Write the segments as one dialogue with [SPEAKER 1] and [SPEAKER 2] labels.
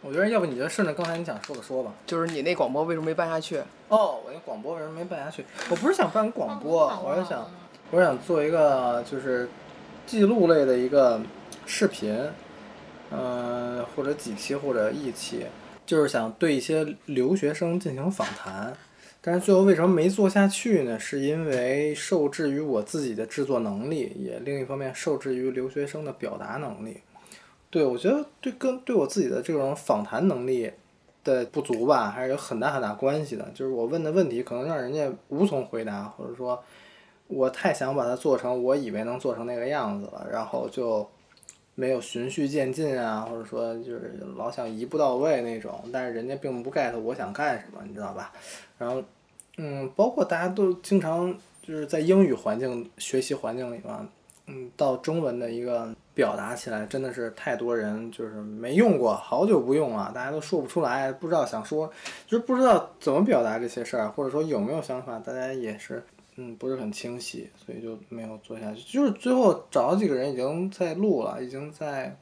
[SPEAKER 1] 我觉得要不你就顺着刚才你想说的说吧。
[SPEAKER 2] 就是你那广播为什么没办下 去？
[SPEAKER 1] 哦，我那广播为什么没办下去？我不是想办广播，我是想，我是想做一个就是记录类的一个视频，嗯、或者几期或者一期，就是想对一些留学生进行访谈。但是最后为什么没做下去呢？是因为受制于我自己的制作能力，也另一方面受制于留学生的表达能力。对，我觉得对跟对我自己的这种访谈能力的不足吧，还是有很大很大关系的。就是我问的问题可能让人家无从回答，或者说我太想把它做成我以为能做成那个样子了，然后就没有循序渐进啊，或者说就是老想一步到位那种，但是人家并不 get 我想干什么，你知道吧？然后，嗯，包括大家都经常就是在英语环境学习环境里嘛，嗯，到中文的一个表达起来，真的是太多人就是没用过，好久不用了，啊大家都说不出来，不知道想说，就是不知道怎么表达这些事儿，或者说有没有想法，大家也是。嗯，不是很清晰，所以就没有做下去。就是最后找了几个人已经在录了，已经在，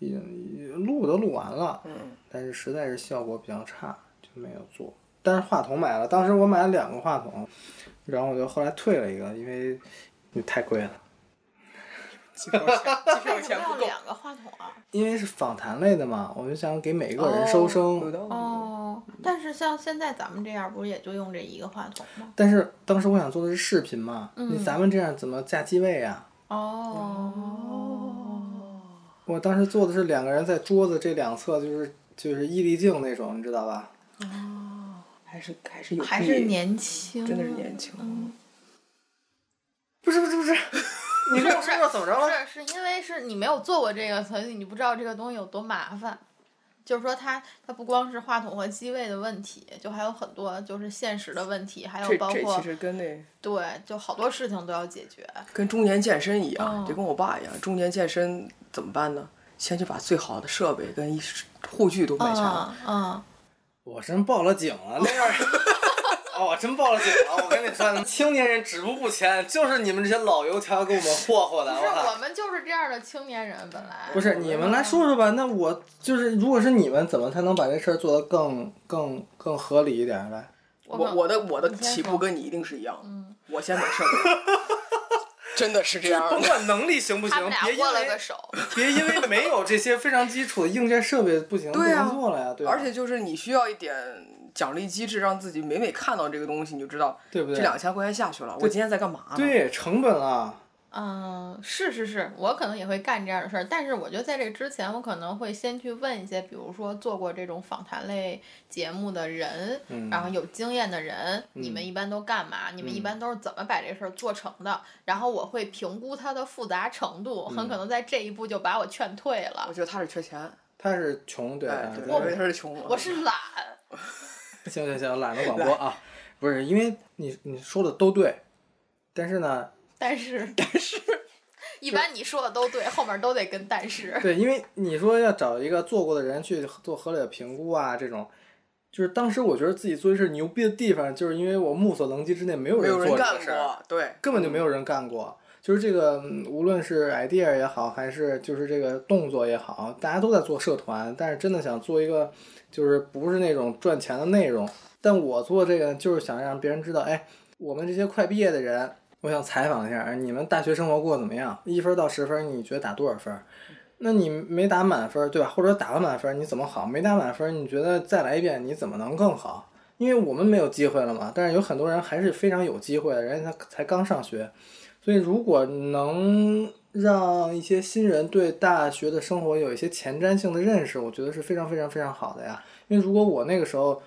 [SPEAKER 1] 已经录都录完了，
[SPEAKER 2] 嗯，
[SPEAKER 1] 但是实在是效果比较差，就没有做。但是话筒买了，当时我买了两个话筒，然后我就后来退了一个，因为太贵了。
[SPEAKER 2] 机票钱，机票钱
[SPEAKER 3] 要
[SPEAKER 2] 不够。
[SPEAKER 3] 两个话筒啊？
[SPEAKER 1] 因为是访谈类的嘛，我就想给每个人收声。
[SPEAKER 2] 有道理
[SPEAKER 3] 哦，但是像现在咱们这样，不是也就用这一个话筒吗？
[SPEAKER 1] 但是当时我想做的是视频嘛，
[SPEAKER 3] 嗯
[SPEAKER 1] 你咱们这样怎么架机位啊？
[SPEAKER 3] 哦，
[SPEAKER 1] 我当时做的是两个人在桌子这两侧，就是就是易立竞那种，你知道吧？
[SPEAKER 2] 还是还是有
[SPEAKER 3] 还
[SPEAKER 2] 必
[SPEAKER 3] 是年轻，
[SPEAKER 2] 真的是年轻。
[SPEAKER 3] 嗯。
[SPEAKER 1] 不是不是 不是，你跟我说说怎么着了？
[SPEAKER 3] 是是因为是你没有做过这个，所以你不知道这个东西有多麻烦。就是说它，它不光是话筒和机位的问题，就还有很多就是现实的问题，还有
[SPEAKER 2] 这
[SPEAKER 3] 包
[SPEAKER 2] 这其
[SPEAKER 3] 括
[SPEAKER 2] 实跟那
[SPEAKER 3] 对，就好多事情都要解决。
[SPEAKER 2] 跟中年健身一样，
[SPEAKER 3] 哦
[SPEAKER 2] 就跟我爸一样，中年健身怎么办呢？先去把最好的设备跟一护具都买齐了。
[SPEAKER 3] 嗯嗯，
[SPEAKER 1] 我真报了警了，那 样。哦，我真报了警了！我跟你说， 青年人止步不前，就是你们这些老油条给我们霍霍的。
[SPEAKER 3] 不
[SPEAKER 1] 我
[SPEAKER 3] 是
[SPEAKER 1] 靠
[SPEAKER 3] 我！们就是这样的青年人，本来
[SPEAKER 1] 不是你们来说说吧，那我就是，如果是你们，怎么才能把这事儿做得更更更合理一点儿来？
[SPEAKER 3] 我
[SPEAKER 2] 我
[SPEAKER 3] 们
[SPEAKER 2] 我的我的
[SPEAKER 3] 你先
[SPEAKER 2] 起步
[SPEAKER 3] 说
[SPEAKER 2] 跟你一定是一样，
[SPEAKER 3] 嗯
[SPEAKER 2] 我先买设备， 真的是这样
[SPEAKER 1] 甭
[SPEAKER 2] 的。
[SPEAKER 1] 管能力行不
[SPEAKER 3] 他
[SPEAKER 1] 行，
[SPEAKER 3] 们俩
[SPEAKER 1] 别因
[SPEAKER 3] 握了个
[SPEAKER 1] 为
[SPEAKER 3] 手，
[SPEAKER 1] 别因为没有这些非常基础的硬件设备不行，不
[SPEAKER 2] 对啊
[SPEAKER 1] 能做了呀，对吧？
[SPEAKER 2] 而且就是你需要一点奖励机制，让自己每每看到这个东西，你就知道
[SPEAKER 1] 对不对？
[SPEAKER 2] 这两千块钱下去了，我今天在干嘛呢？，
[SPEAKER 1] 对成本啊，
[SPEAKER 3] 嗯，是是是，我可能也会干这样的事儿，但是我觉得在这之前，我可能会先去问一些，比如说做过这种访谈类节目的人，
[SPEAKER 1] 嗯
[SPEAKER 3] 然后有经验的人，你们
[SPEAKER 1] 嗯
[SPEAKER 3] 一般都干嘛？你们一
[SPEAKER 1] 嗯
[SPEAKER 3] 般都是怎么把这事儿做成的？然后我会评估它的复杂程度，很可能在这一步就把我劝退
[SPEAKER 2] 我
[SPEAKER 3] 了。
[SPEAKER 2] 觉得他是缺钱，
[SPEAKER 1] 他是穷，对
[SPEAKER 2] 哎，
[SPEAKER 1] 吧？
[SPEAKER 2] 对，
[SPEAKER 1] 对
[SPEAKER 2] 我觉得他是穷。
[SPEAKER 3] 我是懒，
[SPEAKER 1] 行行行，懒得广播啊，不是因为你你说的都对，但是呢，
[SPEAKER 3] 但是但是，一般你说的都对，后面都得跟但是。
[SPEAKER 1] 对，因为你说要找一个做过的人去做合理的评估啊，这种，就是当时我觉得自己做这事牛逼的地方，就是因为我目所能及之内没有
[SPEAKER 2] 没有
[SPEAKER 1] 做
[SPEAKER 2] 人
[SPEAKER 1] 这
[SPEAKER 2] 干
[SPEAKER 1] 个事儿，
[SPEAKER 2] 过，对，
[SPEAKER 1] 根本就没有人干过。就是这个，嗯无论是 idea 也好，还是就是这个动作也好，大家都在做社团，但是真的想做一个，就是不是那种赚钱的内容。但我做这个就是想让别人知道，哎，我们这些快毕业的人，我想采访一下，哎你们大学生活过得怎么样？一分到十分，你觉得打多少分？那你没打满分，对吧？或者打了满分，你怎么好？没打满分，你觉得再来一遍，你怎么能更好？因为我们没有机会了嘛，但是有很多人还是非常有机会的，人家他才刚上学，所以如果能让一些新人对大学的生活有一些前瞻性的认识，我觉得是非常非常非常好的呀。因为如果我那个时候，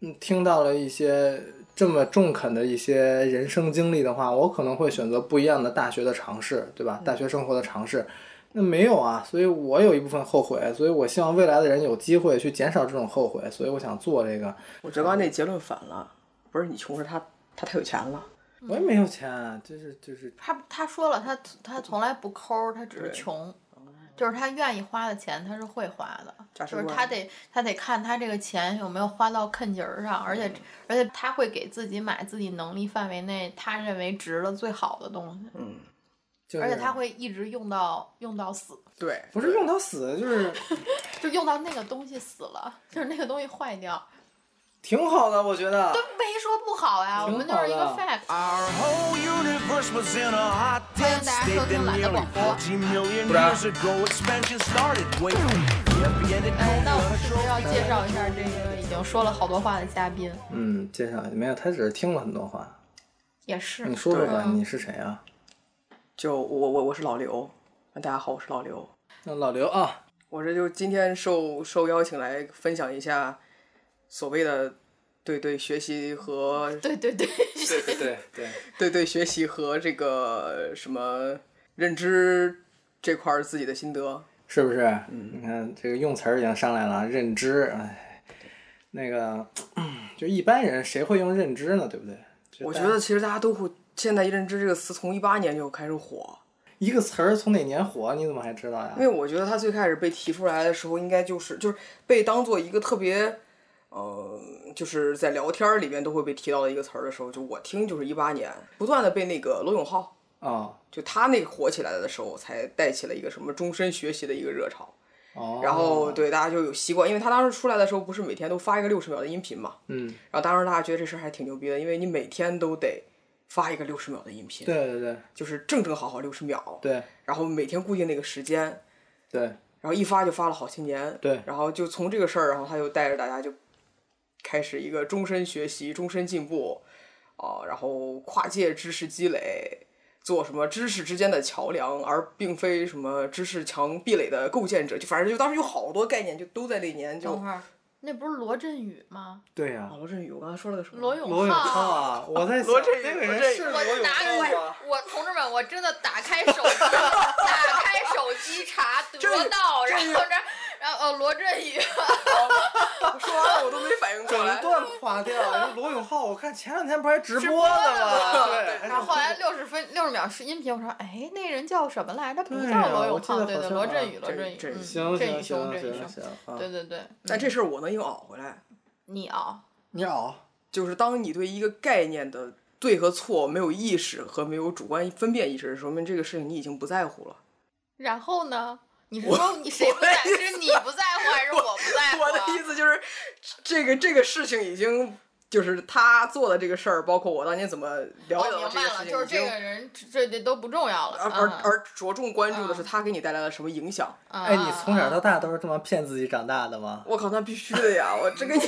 [SPEAKER 1] 嗯，听到了一些这么中肯的一些人生经历的话，我可能会选择不一样的大学的尝试，对吧？大学生活的尝试。那没有啊，所以我有一部分后悔，所以我希望未来的人有机会去减少这种后悔，所以我想做这个。
[SPEAKER 2] 我觉得刚才那结论反了，不是你穷，是他他太有钱了。
[SPEAKER 3] 嗯
[SPEAKER 1] 我也没有钱啊，就是就是
[SPEAKER 3] 他他说了，他他从来不抠儿，他只是
[SPEAKER 2] 对
[SPEAKER 3] 穷，就是他愿意花的钱，他是会花的，
[SPEAKER 2] 价值
[SPEAKER 3] 就是
[SPEAKER 2] 观
[SPEAKER 3] 他得他得看他这个钱有没有花到坑节儿上，而且、而且他会给自己买自己能力范围内他认为值了最好的东西。
[SPEAKER 2] 嗯，
[SPEAKER 1] 就是
[SPEAKER 3] 而且它会一直用到用到死，
[SPEAKER 2] 对，
[SPEAKER 1] 不是用到死，就是
[SPEAKER 3] 就用到那个东西死了，就是那个东西坏掉，
[SPEAKER 1] 挺好的，我觉得。
[SPEAKER 3] 都没说不好呀，我们就是一个
[SPEAKER 1] 挺
[SPEAKER 3] fact。
[SPEAKER 4] Our whole universe was in a hot dense state that nearly 14 million years ago expansion started. Wait, yep,
[SPEAKER 3] 哎，那我们是不是要介绍一下这个已经说了好多话的嘉宾？
[SPEAKER 1] 嗯，介绍一下没有，他只是听了很多话。
[SPEAKER 3] 也是
[SPEAKER 1] 你，说说吧，
[SPEAKER 3] 嗯
[SPEAKER 1] 你是谁啊？
[SPEAKER 2] 就我我我是老刘，大家好，我是老刘，
[SPEAKER 1] 那老刘啊，
[SPEAKER 2] 我这就今天受受邀请来分享一下所谓的对对学习和
[SPEAKER 3] 对对
[SPEAKER 1] 对
[SPEAKER 3] 对，
[SPEAKER 1] 对对对，
[SPEAKER 2] 对对学习和这个什么认知这块儿自己的心得。
[SPEAKER 1] 是不是？
[SPEAKER 2] 嗯
[SPEAKER 1] 你看这个用词儿已经上来了啊，认知，哎，那个就一般人谁会用认知呢？对不对？就
[SPEAKER 2] 我
[SPEAKER 1] 大
[SPEAKER 2] 觉
[SPEAKER 1] 家
[SPEAKER 2] 得其实大家都会，现代认知这个词从一八年就开始火，
[SPEAKER 1] 一个词儿从哪年火，你怎么还知道呀
[SPEAKER 2] 因？为我觉得它最开始被提出来的时候，应该就是就是被当做一个特别，呃，就是在聊天儿里面都会被提到的一个词儿的时候，就我听就是一八年，不断的被那个罗永浩，
[SPEAKER 1] 哦
[SPEAKER 2] 就他那个火起来的时候，才带起了一个什么终身学习的一个热潮。
[SPEAKER 1] 哦，
[SPEAKER 2] 然后对大家就有习惯，因为他当时出来的时候不是每天都发一个六十秒的音频嘛，
[SPEAKER 1] 嗯，
[SPEAKER 2] 然后当时大家觉得这事儿还挺牛逼的，因为你每天都得发一个六十秒的音频，
[SPEAKER 1] 对对对
[SPEAKER 2] 就是正正好好六十秒，
[SPEAKER 1] 对
[SPEAKER 2] 然后每天固定那个时间，
[SPEAKER 1] 对，
[SPEAKER 2] 然后一发就发了好些年，
[SPEAKER 1] 对
[SPEAKER 2] 然后就从这个事儿，然后他就带着大家就开始一个终身学习、终身进步，啊、然后跨界知识积累，做什么知识之间的桥梁，而并非什么知识墙壁垒的构建者，就反正就当时有好多概念就都在那年就。
[SPEAKER 3] 会儿，那不是罗振宇吗？
[SPEAKER 1] 对呀、
[SPEAKER 2] 啊，罗振宇，我刚才说了个什么？
[SPEAKER 3] 罗永
[SPEAKER 1] 罗永浩啊，我在想
[SPEAKER 2] 罗振宇
[SPEAKER 1] 那个
[SPEAKER 2] 罗
[SPEAKER 1] 人
[SPEAKER 2] 振宇
[SPEAKER 1] 是罗
[SPEAKER 3] 我
[SPEAKER 1] 永
[SPEAKER 3] 拿
[SPEAKER 1] 浩吗？
[SPEAKER 3] 我我同志们，我真的打开手机， 打开手机查得到，然后这然后呃罗振宇，
[SPEAKER 2] 我说完了，我都没反应过来
[SPEAKER 1] 整。段垮掉，因为罗永浩，我看前两天不还直播呢吗？对，还
[SPEAKER 3] 然后
[SPEAKER 1] 是
[SPEAKER 3] 后来六十分六十秒是音频，我说哎那人叫什么来？他不
[SPEAKER 1] 对
[SPEAKER 3] 叫
[SPEAKER 1] 呀
[SPEAKER 3] 罗
[SPEAKER 1] 我
[SPEAKER 3] 永
[SPEAKER 1] 记
[SPEAKER 3] 浩，
[SPEAKER 1] 得
[SPEAKER 3] 对
[SPEAKER 1] 好
[SPEAKER 3] 对，
[SPEAKER 1] 像
[SPEAKER 3] 罗
[SPEAKER 1] 啊
[SPEAKER 3] 振宇，罗
[SPEAKER 2] 振
[SPEAKER 3] 振宇，
[SPEAKER 2] 振宇
[SPEAKER 3] 嗯
[SPEAKER 1] 行
[SPEAKER 3] 振
[SPEAKER 1] 行
[SPEAKER 3] 宇兄，
[SPEAKER 1] 行
[SPEAKER 3] 振宇
[SPEAKER 1] 行
[SPEAKER 3] 兄，
[SPEAKER 1] 行啊，
[SPEAKER 3] 对对对，
[SPEAKER 2] 但这事儿我能硬熬回来，
[SPEAKER 3] 你啊，
[SPEAKER 1] 你好，
[SPEAKER 2] 就是当你对一个概念的对和错没有意识和没有主观分辨意识的时候，说明这个事情你已经不在乎了。
[SPEAKER 3] 然后呢？你是说你谁不
[SPEAKER 2] 我
[SPEAKER 3] 在？
[SPEAKER 2] 的意思
[SPEAKER 3] 是你不在乎还是我不在乎啊？
[SPEAKER 2] 我的意思就是，这个这个事情已经就是他做的这个事儿，包括我当年怎么了解
[SPEAKER 3] 我
[SPEAKER 2] 到
[SPEAKER 3] 哦明
[SPEAKER 2] 这个
[SPEAKER 3] 白了，
[SPEAKER 2] 事情，啊
[SPEAKER 3] 就是这个人这这都不重要了。
[SPEAKER 2] 而而
[SPEAKER 3] 嗯
[SPEAKER 2] 而着重关注的是
[SPEAKER 3] 嗯
[SPEAKER 2] 他给你带来了什么影响。
[SPEAKER 1] 哎，你从小到
[SPEAKER 3] 啊
[SPEAKER 1] 大都是这么骗自己长大的吗？
[SPEAKER 2] 我靠，那必须的呀！我
[SPEAKER 1] 嗯
[SPEAKER 2] 这个你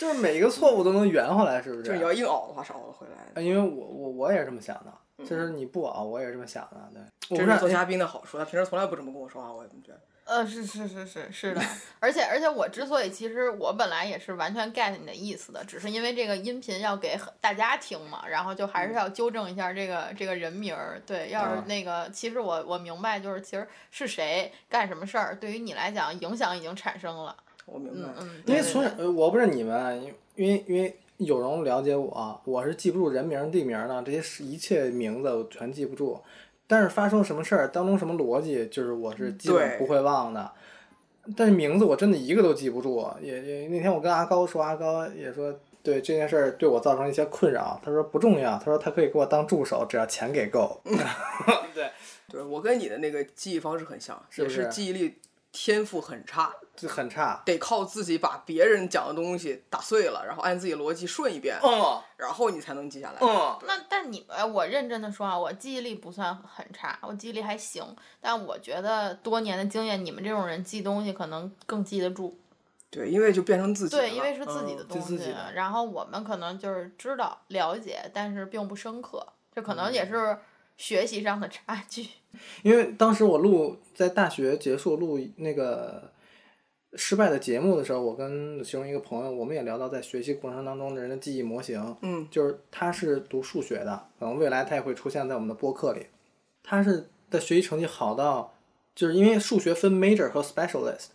[SPEAKER 1] 就是每一个错误都能圆回来，是不
[SPEAKER 2] 就是你要硬熬的话是熬得回来的。
[SPEAKER 1] 哎因为我我我也是这么想的，就是你不熬，我也是这么想的。对，我
[SPEAKER 2] 这
[SPEAKER 1] 不
[SPEAKER 2] 是
[SPEAKER 1] 是
[SPEAKER 2] 做
[SPEAKER 1] 哎
[SPEAKER 2] 嘉宾的好处，他平时从来不这么跟我说话，我也不觉得。
[SPEAKER 3] 呃，是是是是是的，而且而且我之所以其实我本来也是完全 get 你的意思的，只是因为这个音频要给很大家听嘛，然后就
[SPEAKER 1] 嗯
[SPEAKER 3] 还是要纠正一下这个这个人名儿。对，要
[SPEAKER 1] 啊
[SPEAKER 3] 是那个，其实我我明白，就是其实是谁干什么事儿，对于你来讲影响已经产生了。
[SPEAKER 2] 我明白
[SPEAKER 3] 嗯。嗯，
[SPEAKER 1] 因
[SPEAKER 3] 对
[SPEAKER 1] 为
[SPEAKER 3] 对
[SPEAKER 1] 从小
[SPEAKER 3] 对
[SPEAKER 1] 呃我不是你们，因为因为有容了解我，啊我是记不住人名、地名的，这些是一切名字我全记不住。但是发生什么事儿，当中什么逻辑，就是我是基本
[SPEAKER 2] 对
[SPEAKER 1] 不会忘的。但是名字我真的一个都记不住。啊也也那天我跟阿高说，阿高也说对这件事儿对我造成了一些困扰。他说不重要，他说他可以给我当助手，只要钱给够。对，
[SPEAKER 2] 对我跟你的那个记忆方式很像，
[SPEAKER 1] 是不是
[SPEAKER 2] 也是记忆力天赋很差，
[SPEAKER 1] 就很差。
[SPEAKER 2] 得靠自己把别人讲的东西打碎了，然后按自己逻辑顺一遍，
[SPEAKER 1] 嗯
[SPEAKER 2] 然后你才能记下来。
[SPEAKER 1] 嗯，
[SPEAKER 3] 那但你呃，我认真的说啊，我记忆力不算很差，我记忆力还行，但我觉得多年的经验，你们这种人记东西可能更记得住。
[SPEAKER 2] 对，因为就变成自己了
[SPEAKER 3] 对，因为是自己的
[SPEAKER 2] 嗯
[SPEAKER 3] 东
[SPEAKER 1] 就自己
[SPEAKER 3] 西
[SPEAKER 1] 的，
[SPEAKER 3] 然后我们可能就是知道了解，但是并不深刻，这可能
[SPEAKER 2] 嗯
[SPEAKER 3] 也是学习上的差 距。
[SPEAKER 1] 因为当时我录在大学结束录那个失败的节目的时候，我跟其中一个朋友，我们也聊到在学习过程当中的人的记忆模型，
[SPEAKER 2] 嗯，
[SPEAKER 1] 就是他是读数学的，可能未来他也会出现在我们的播客里。他是的学习成绩好到，就是因为数学分 major 和 specialist，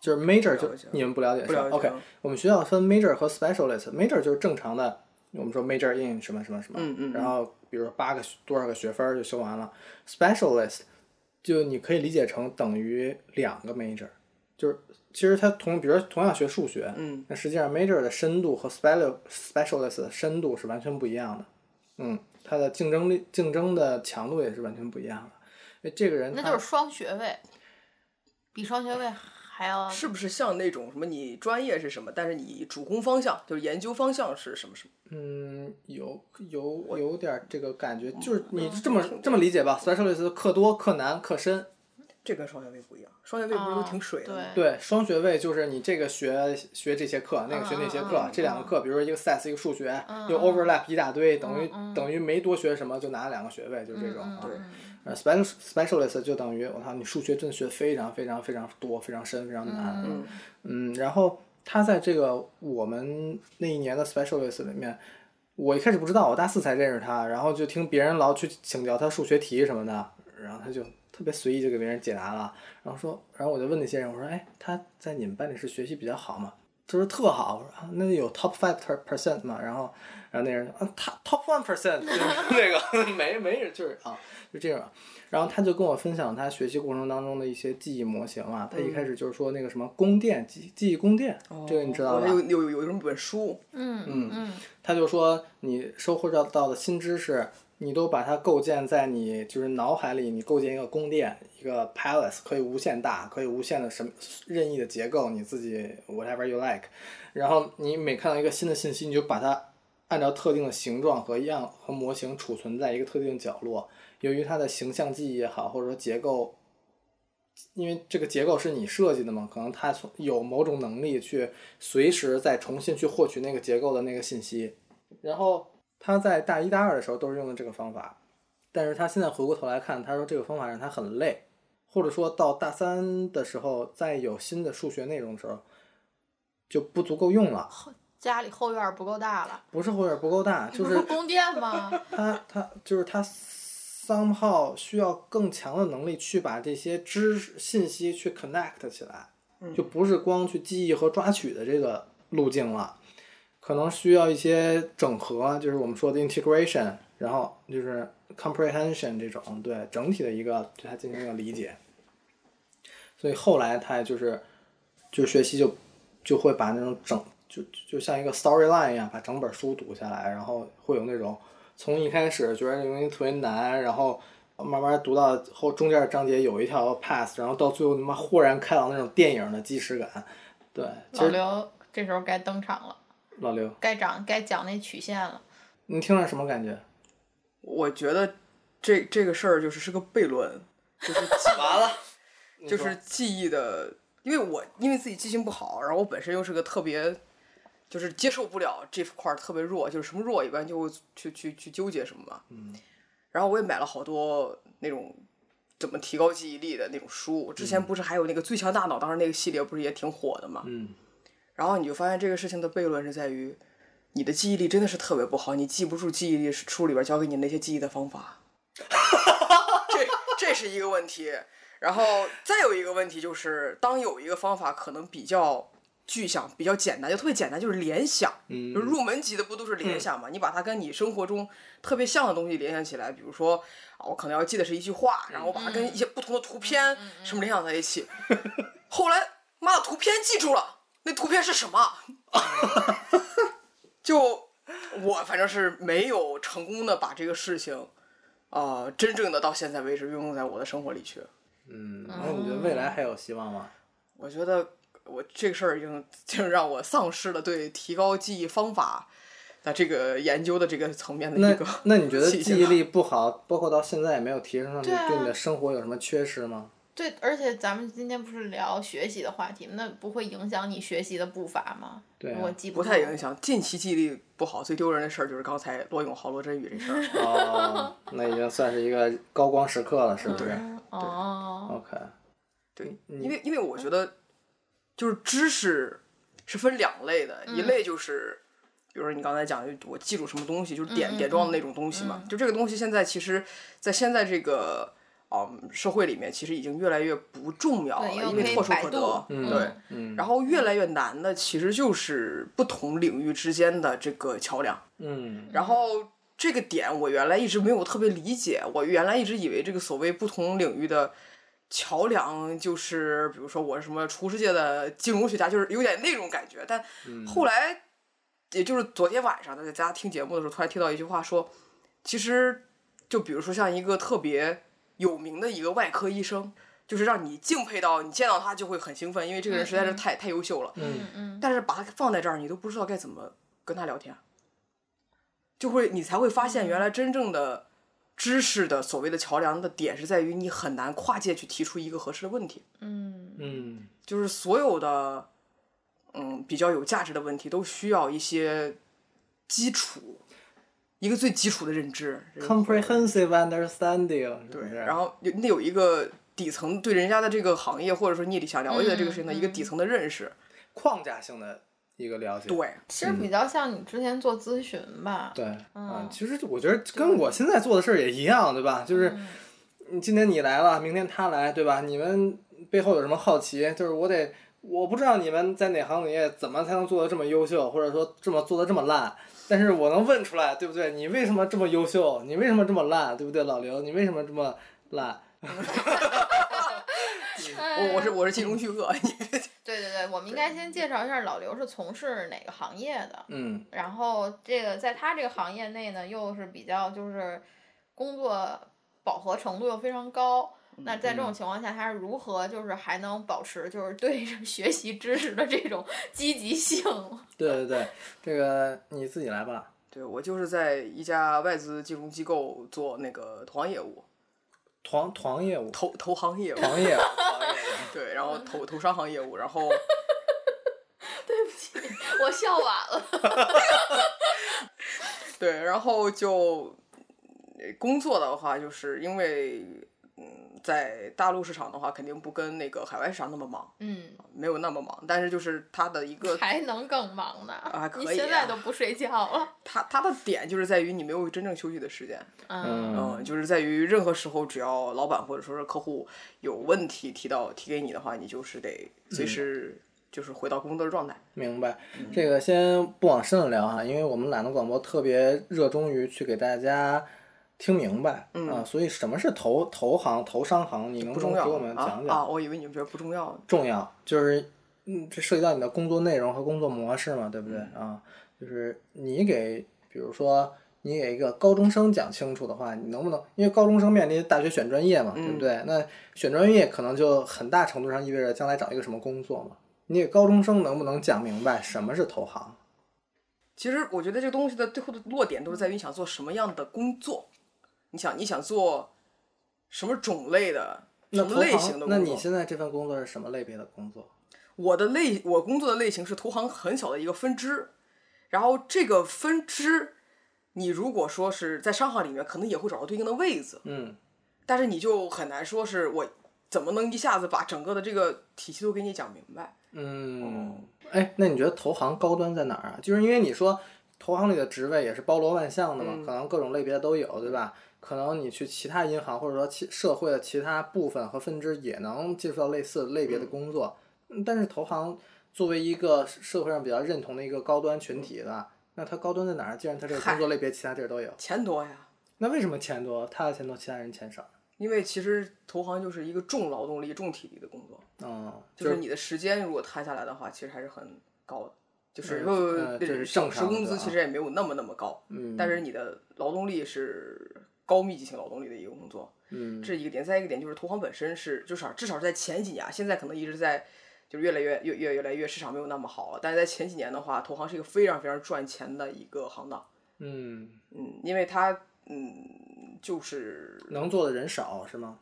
[SPEAKER 1] 就是 major 就
[SPEAKER 2] 不了解
[SPEAKER 1] 你们不了解是
[SPEAKER 2] 不了
[SPEAKER 1] 吧
[SPEAKER 2] 解
[SPEAKER 1] ？OK，我们学校分 major 和 specialist，major 就是正常的，我们说 major in 什么什么什么，
[SPEAKER 2] 嗯嗯嗯
[SPEAKER 1] 然后比如说八个学多少个学分儿就修完了，specialist 就你可以理解成等于两个 major，就是其实它同比如说同样学数学，
[SPEAKER 2] 嗯，
[SPEAKER 1] 那实际上 major 的深度和 special specialist 的深度是完全不一样的，嗯，它的竞争力、竞争的强度也是完全不一样的。因为这个人
[SPEAKER 3] 那
[SPEAKER 2] 嗯
[SPEAKER 1] 他
[SPEAKER 3] 就是双学位，比双学位还要
[SPEAKER 2] 是不是像那种什么你专业是什么，但是你主攻方向就是研究方向是什么什么？
[SPEAKER 1] 嗯，有有有点这个感觉，就是你这么这么理解吧。specialist 课多、课难、课深，
[SPEAKER 2] 这跟双学位不一样，双学
[SPEAKER 3] 嗯
[SPEAKER 2] 位不是都挺水的吗？
[SPEAKER 3] 啊
[SPEAKER 1] 对，双学位就是你这个学学这些课，那个学那些课，
[SPEAKER 3] 嗯嗯嗯
[SPEAKER 1] 这两个课，比如说一个 science 一个数学，
[SPEAKER 3] 嗯
[SPEAKER 1] 又
[SPEAKER 3] 嗯
[SPEAKER 1] overlap 一大堆，等于、
[SPEAKER 3] 嗯嗯
[SPEAKER 1] 等于没多学什么，就拿了两个学位，就是这种
[SPEAKER 3] 嗯
[SPEAKER 1] 啊。
[SPEAKER 2] 对
[SPEAKER 3] 嗯
[SPEAKER 1] 呃，special specialist 就等于我操，你数学真的学非常非常非常多，非常深，非常难。
[SPEAKER 2] 嗯
[SPEAKER 1] 嗯，然后他在这个我们那一年的 specialist 里面，我一开始不知道，我大四才认识他，然后就听别人老去请教他数学题什么的，然后他就特别随意就给别人解答了，然后说，然后我就问那些人，我说，哎，他在你们班里是学习比较好吗？他说特好，我说啊，那有 top five percent 嘛？然后，然后那人说啊，他 top one percent 就是 那个没没人就是啊，就这种。然后他就跟我分享他学习过程当中的一些记忆模型啊，他一开始就是说那个什么宫殿记记忆宫殿，这个你知道
[SPEAKER 2] 我
[SPEAKER 1] 吧
[SPEAKER 2] 还？有有有有这么本书，
[SPEAKER 3] 嗯嗯
[SPEAKER 1] 他就说你收获到到的新知识，你都把它构建在你就是脑海里，你构建一个宫殿，一个 palace，可以无限大，可以无限的什么任意的结构，你自己 whatever you like。然后你每看到一个新的信息，你就把它按照特定的形状和样和模型储存在一个特定的角落。由于它的形象记忆也好，或者说结构因为这个结构是你设计的嘛，可能它从有某种能力去随时再重新去获取那个结构的那个信息。然后他在大一大二的时候都是用的这个方法，但是他现在回过头来看，他说这个方法让他很累，或者说到大三的时候再有新的数学内容的时候就不足够用了，
[SPEAKER 3] 家里后院儿不够大了，
[SPEAKER 1] 不是后院不够大，就
[SPEAKER 3] 不 是
[SPEAKER 1] 是
[SPEAKER 3] 宫殿 吗？
[SPEAKER 1] 他他就是他 somehow 需要更强的能力去把这些知识信息去 connect 起来，就不是光去记忆和抓取的这个路径了，可能需要一些整合，啊就是我们说的 integration，然后就是 comprehension 这种对整体的一个对它进行一个理解。所以后来他就是就学习就就会把那种整就就就像一个 storyline 一样，把整本书读下来，然后会有那种从一开始觉得这东西特别难，然后慢慢读到后中间的章节有一条 pass，然后到最后他妈豁然开朗那种电影的即视感。对，其
[SPEAKER 3] 老
[SPEAKER 1] 实
[SPEAKER 3] 刘这时候该登场了，
[SPEAKER 1] 老刘，
[SPEAKER 3] 该讲该讲那曲线了。
[SPEAKER 1] 你听着什么感觉？
[SPEAKER 2] 我觉得这这个事儿就是是个悖论，就是 记
[SPEAKER 1] 完了，
[SPEAKER 2] 就
[SPEAKER 1] 说
[SPEAKER 2] 是记忆的，因为我因为自己记性不好，然后我本身又是个特别，就是接受不了这块儿特别弱，就是什么弱一般就会去去去纠结什么嘛。嗯。然后我也买了好多那种怎么提高记忆力的那种书，之前不是还有那个《最强大脑》，当时那个系列不是也挺火的嘛。
[SPEAKER 1] 嗯。
[SPEAKER 2] 然后你就发现这个事情的悖论是在于，你的记忆力真的是特别不好，你记不住记忆力书里边教给你那些记忆的方法，这这是一个问题。然后再有一个问题就是，当有一个方法可能比较具象、比较简单，就特别简单，就是联想。
[SPEAKER 1] 嗯
[SPEAKER 2] 就是入门级的不都是联想嘛？你把它跟你生活中特别像的东西联想起来，比如说啊，我可能要记得是一句话，然后我把它跟一些不同的图片什么联想在一起。后来妈的图片记住了，那图片是什么？就我反正是没有成功的把这个事情啊、呃真正的到现在为止运用在我的生活里去。
[SPEAKER 1] 嗯，那你觉得未来还有希望吗？
[SPEAKER 2] 我觉得我这个事儿已经就是让我丧失了对提高记忆方法的这个研究的这个层面的
[SPEAKER 1] 那
[SPEAKER 2] 一个。
[SPEAKER 1] 那你觉 得
[SPEAKER 2] 起
[SPEAKER 1] 记忆力不好，包括到现在也没有提升上去，
[SPEAKER 3] 对啊
[SPEAKER 1] 对你的生活有什么缺失吗？
[SPEAKER 3] 对，而且咱们今天不是聊学习的话题，那不会影响你学习的步伐吗？
[SPEAKER 1] 对啊
[SPEAKER 3] 我记
[SPEAKER 2] 不
[SPEAKER 3] 住
[SPEAKER 2] 太影。响。近期记忆力不好，最丢人的事儿就是刚才罗永浩、罗振宇这事儿。
[SPEAKER 1] 哦，那已经算是一个高光时刻了，是不是
[SPEAKER 3] 嗯哦，
[SPEAKER 1] ？OK，
[SPEAKER 2] 对，因为因为我觉得，就是知识是分两类的，
[SPEAKER 3] 嗯
[SPEAKER 2] 一类就是，比如说你刚才讲，就我记住什么东西，就是点、
[SPEAKER 3] 嗯
[SPEAKER 2] 点状的那种东西嘛。就这个东西现在其实，在现在这个嗯社会里面，其实已经越来越不重要了，
[SPEAKER 3] 对因为
[SPEAKER 2] 因
[SPEAKER 3] 可
[SPEAKER 2] 为
[SPEAKER 3] 以
[SPEAKER 2] 唾手
[SPEAKER 3] 百
[SPEAKER 2] 可
[SPEAKER 3] 度
[SPEAKER 2] 得。
[SPEAKER 1] 嗯
[SPEAKER 2] 对，
[SPEAKER 1] 嗯
[SPEAKER 2] 然后越来越难的其实就是不同领域之间的这个桥梁。
[SPEAKER 1] 嗯
[SPEAKER 2] 然后这个点我原来一直没有特别理解，我原来一直以为这个所谓不同领域的桥梁，就是比如说我什么厨师界的金融学家，就是有点那种感觉。但后来，也就是昨天晚上在家听节目的时候，突然听到一句话说，其实就比如说像一个特别有名的一个外科医生，就是让你敬佩到你见到他就会很兴奋，因为这个人实在是太、太优秀了。
[SPEAKER 1] 嗯，
[SPEAKER 3] 嗯
[SPEAKER 2] 但是把它放在这儿，你都不知道该怎么跟他聊天，就会你才会发
[SPEAKER 1] 嗯
[SPEAKER 2] 现，原来真正的知识的所谓的桥梁的点是在于你很难跨界去提出一个合适的问题，
[SPEAKER 3] 嗯
[SPEAKER 1] 嗯，
[SPEAKER 2] 就是所有的嗯比较有价值的问题都需要一些基础，一个最基础的认知。
[SPEAKER 1] comprehensive understanding，是不
[SPEAKER 2] 对，
[SPEAKER 1] 是？
[SPEAKER 2] 然后有你有一个底层对人家的这个行业或者说你想了解的这个事情的一
[SPEAKER 1] 嗯
[SPEAKER 2] 个底层的认识，
[SPEAKER 1] 框架性的一个了解，
[SPEAKER 2] 对，
[SPEAKER 3] 其实比较像你之前做咨询吧，
[SPEAKER 1] 对，
[SPEAKER 3] 嗯
[SPEAKER 1] 啊，其实我觉得跟我现在做的事儿也一样，对吧？就是你今天你来了，明天他来，对吧？你们背后有什么好奇？就是我得，我不知道你们在哪行哪业怎么才能做得这么优秀，或者说这么做得这么烂。但是我能问出来，对不对？你为什么这么优秀？你为什么这么烂？对不对，老刘？你为什么这么烂？
[SPEAKER 2] 我我是我是
[SPEAKER 1] 嗯
[SPEAKER 2] 冀中巨鳄，你
[SPEAKER 3] 嗯哎对对对，我们应该先介绍一下老刘是从事哪个行业的，
[SPEAKER 1] 嗯，
[SPEAKER 3] 然后这个在他这个行业内呢，又是比较就是工作饱和程度又非常高。
[SPEAKER 2] 嗯
[SPEAKER 3] 那在这种情况下，他是如何就是还能保持就是对着学习知识的这种积 极性？
[SPEAKER 1] 对对对，这个你自己来吧。
[SPEAKER 2] 对我就是在一家外资金融机构做那个投行业务，
[SPEAKER 1] 团团业务，
[SPEAKER 2] 投投行业务，
[SPEAKER 1] 团业务，团业务
[SPEAKER 2] 对，然后投投商行业务，然后
[SPEAKER 3] 我笑晚了。
[SPEAKER 2] 对，然后就呃工作的话，就是因为嗯，在大陆市场的话，肯定不跟那个海外市场那么忙，
[SPEAKER 3] 嗯，
[SPEAKER 2] 没有那么忙，但是就是它的一个
[SPEAKER 3] 还能更忙呢？
[SPEAKER 2] 啊可以
[SPEAKER 3] 你
[SPEAKER 2] 啊
[SPEAKER 3] 现在都不睡觉了？
[SPEAKER 2] 它它的点就是在于你没有真正休息的时间，
[SPEAKER 3] 嗯
[SPEAKER 2] 嗯，就是在于任何时候，只要老板或者说是客户有问题提到提给你的话，你就是得随时就是回到工作的状态。
[SPEAKER 1] 明白，
[SPEAKER 2] 嗯
[SPEAKER 1] 这个先不往深了聊哈，因为我们懒得广播特别热衷于去给大家听明白、
[SPEAKER 2] 嗯
[SPEAKER 1] 啊，所以什么是投投行、投商行，你能
[SPEAKER 2] 不
[SPEAKER 1] 不
[SPEAKER 2] 重
[SPEAKER 1] 能
[SPEAKER 2] 要
[SPEAKER 1] 给我们讲讲？
[SPEAKER 2] 啊啊！我以为你们觉得不重要呢。
[SPEAKER 1] 重要就是，嗯，这涉及到你的工作内容和工作模式嘛，对不对、
[SPEAKER 2] 嗯
[SPEAKER 1] 啊？就是你给，比如说你给一个高中生讲清楚的话，你能不能？因为高中生面临大学选专业嘛，对不对？
[SPEAKER 2] 嗯
[SPEAKER 1] 那选专业可能就很大程度上意味着将来找一个什么工作嘛。你给高中生能不能讲明白什么是投行？
[SPEAKER 2] 其实我觉得这个东西的最后的落点都是在于你想做什么样的工作，你想你想做什么种类的、什
[SPEAKER 1] 那
[SPEAKER 2] 么类
[SPEAKER 1] 投行
[SPEAKER 2] 型的
[SPEAKER 1] 那
[SPEAKER 2] 工
[SPEAKER 1] 你
[SPEAKER 2] 作。
[SPEAKER 1] 现在这份工作是什么类别的工作？
[SPEAKER 2] 我的类，我工作的类型是投行很小的一个分支，然后这个分支，你如果说是在商行里面，可能也会找到对应的位子，
[SPEAKER 1] 嗯，
[SPEAKER 2] 但是你就很难说是我怎么能一下子把整个的这个体系都给你讲明白。
[SPEAKER 1] 嗯，哎，那你觉得投行高端在哪儿啊？就是因为你说投行里的职位也是包罗万象的嘛，
[SPEAKER 2] 嗯
[SPEAKER 1] 可能各种类别都有，对吧？可能你去其他银行或者说其社会的其他部分和分支也能接触到类似类别的工作，嗯但是投行作为一个社会上比较认同的一个高端群体的，那它高端在哪儿？既然它这个工作类别其他地儿都有，
[SPEAKER 2] 钱多呀，
[SPEAKER 1] 那为什么钱多，他的钱多，其他人钱少？
[SPEAKER 2] 因为其实投行就是一个重劳动力、重体力的工作。
[SPEAKER 1] 嗯，
[SPEAKER 2] 就是你的时间如果摊下来的话，其实还是很高的，就是
[SPEAKER 1] 嗯
[SPEAKER 2] 又、
[SPEAKER 1] 呃这是正
[SPEAKER 2] 时
[SPEAKER 1] 常
[SPEAKER 2] 工
[SPEAKER 1] 的
[SPEAKER 2] 资
[SPEAKER 1] 啊
[SPEAKER 2] 其实也没有那么那么高，
[SPEAKER 1] 嗯，
[SPEAKER 2] 但是你的劳动力是高密集性劳动力的一个工作，
[SPEAKER 1] 嗯
[SPEAKER 2] 这是一个点。再一个点就是投行本身是至少至少在前几年啊，现在可能一直在就是越来越越越越来越市场没有那么好了，但是在前几年的话，投行是一个非常非常赚钱的一个行当，
[SPEAKER 1] 嗯。
[SPEAKER 2] 嗯，因为它嗯就是
[SPEAKER 1] 能做的人少是吗？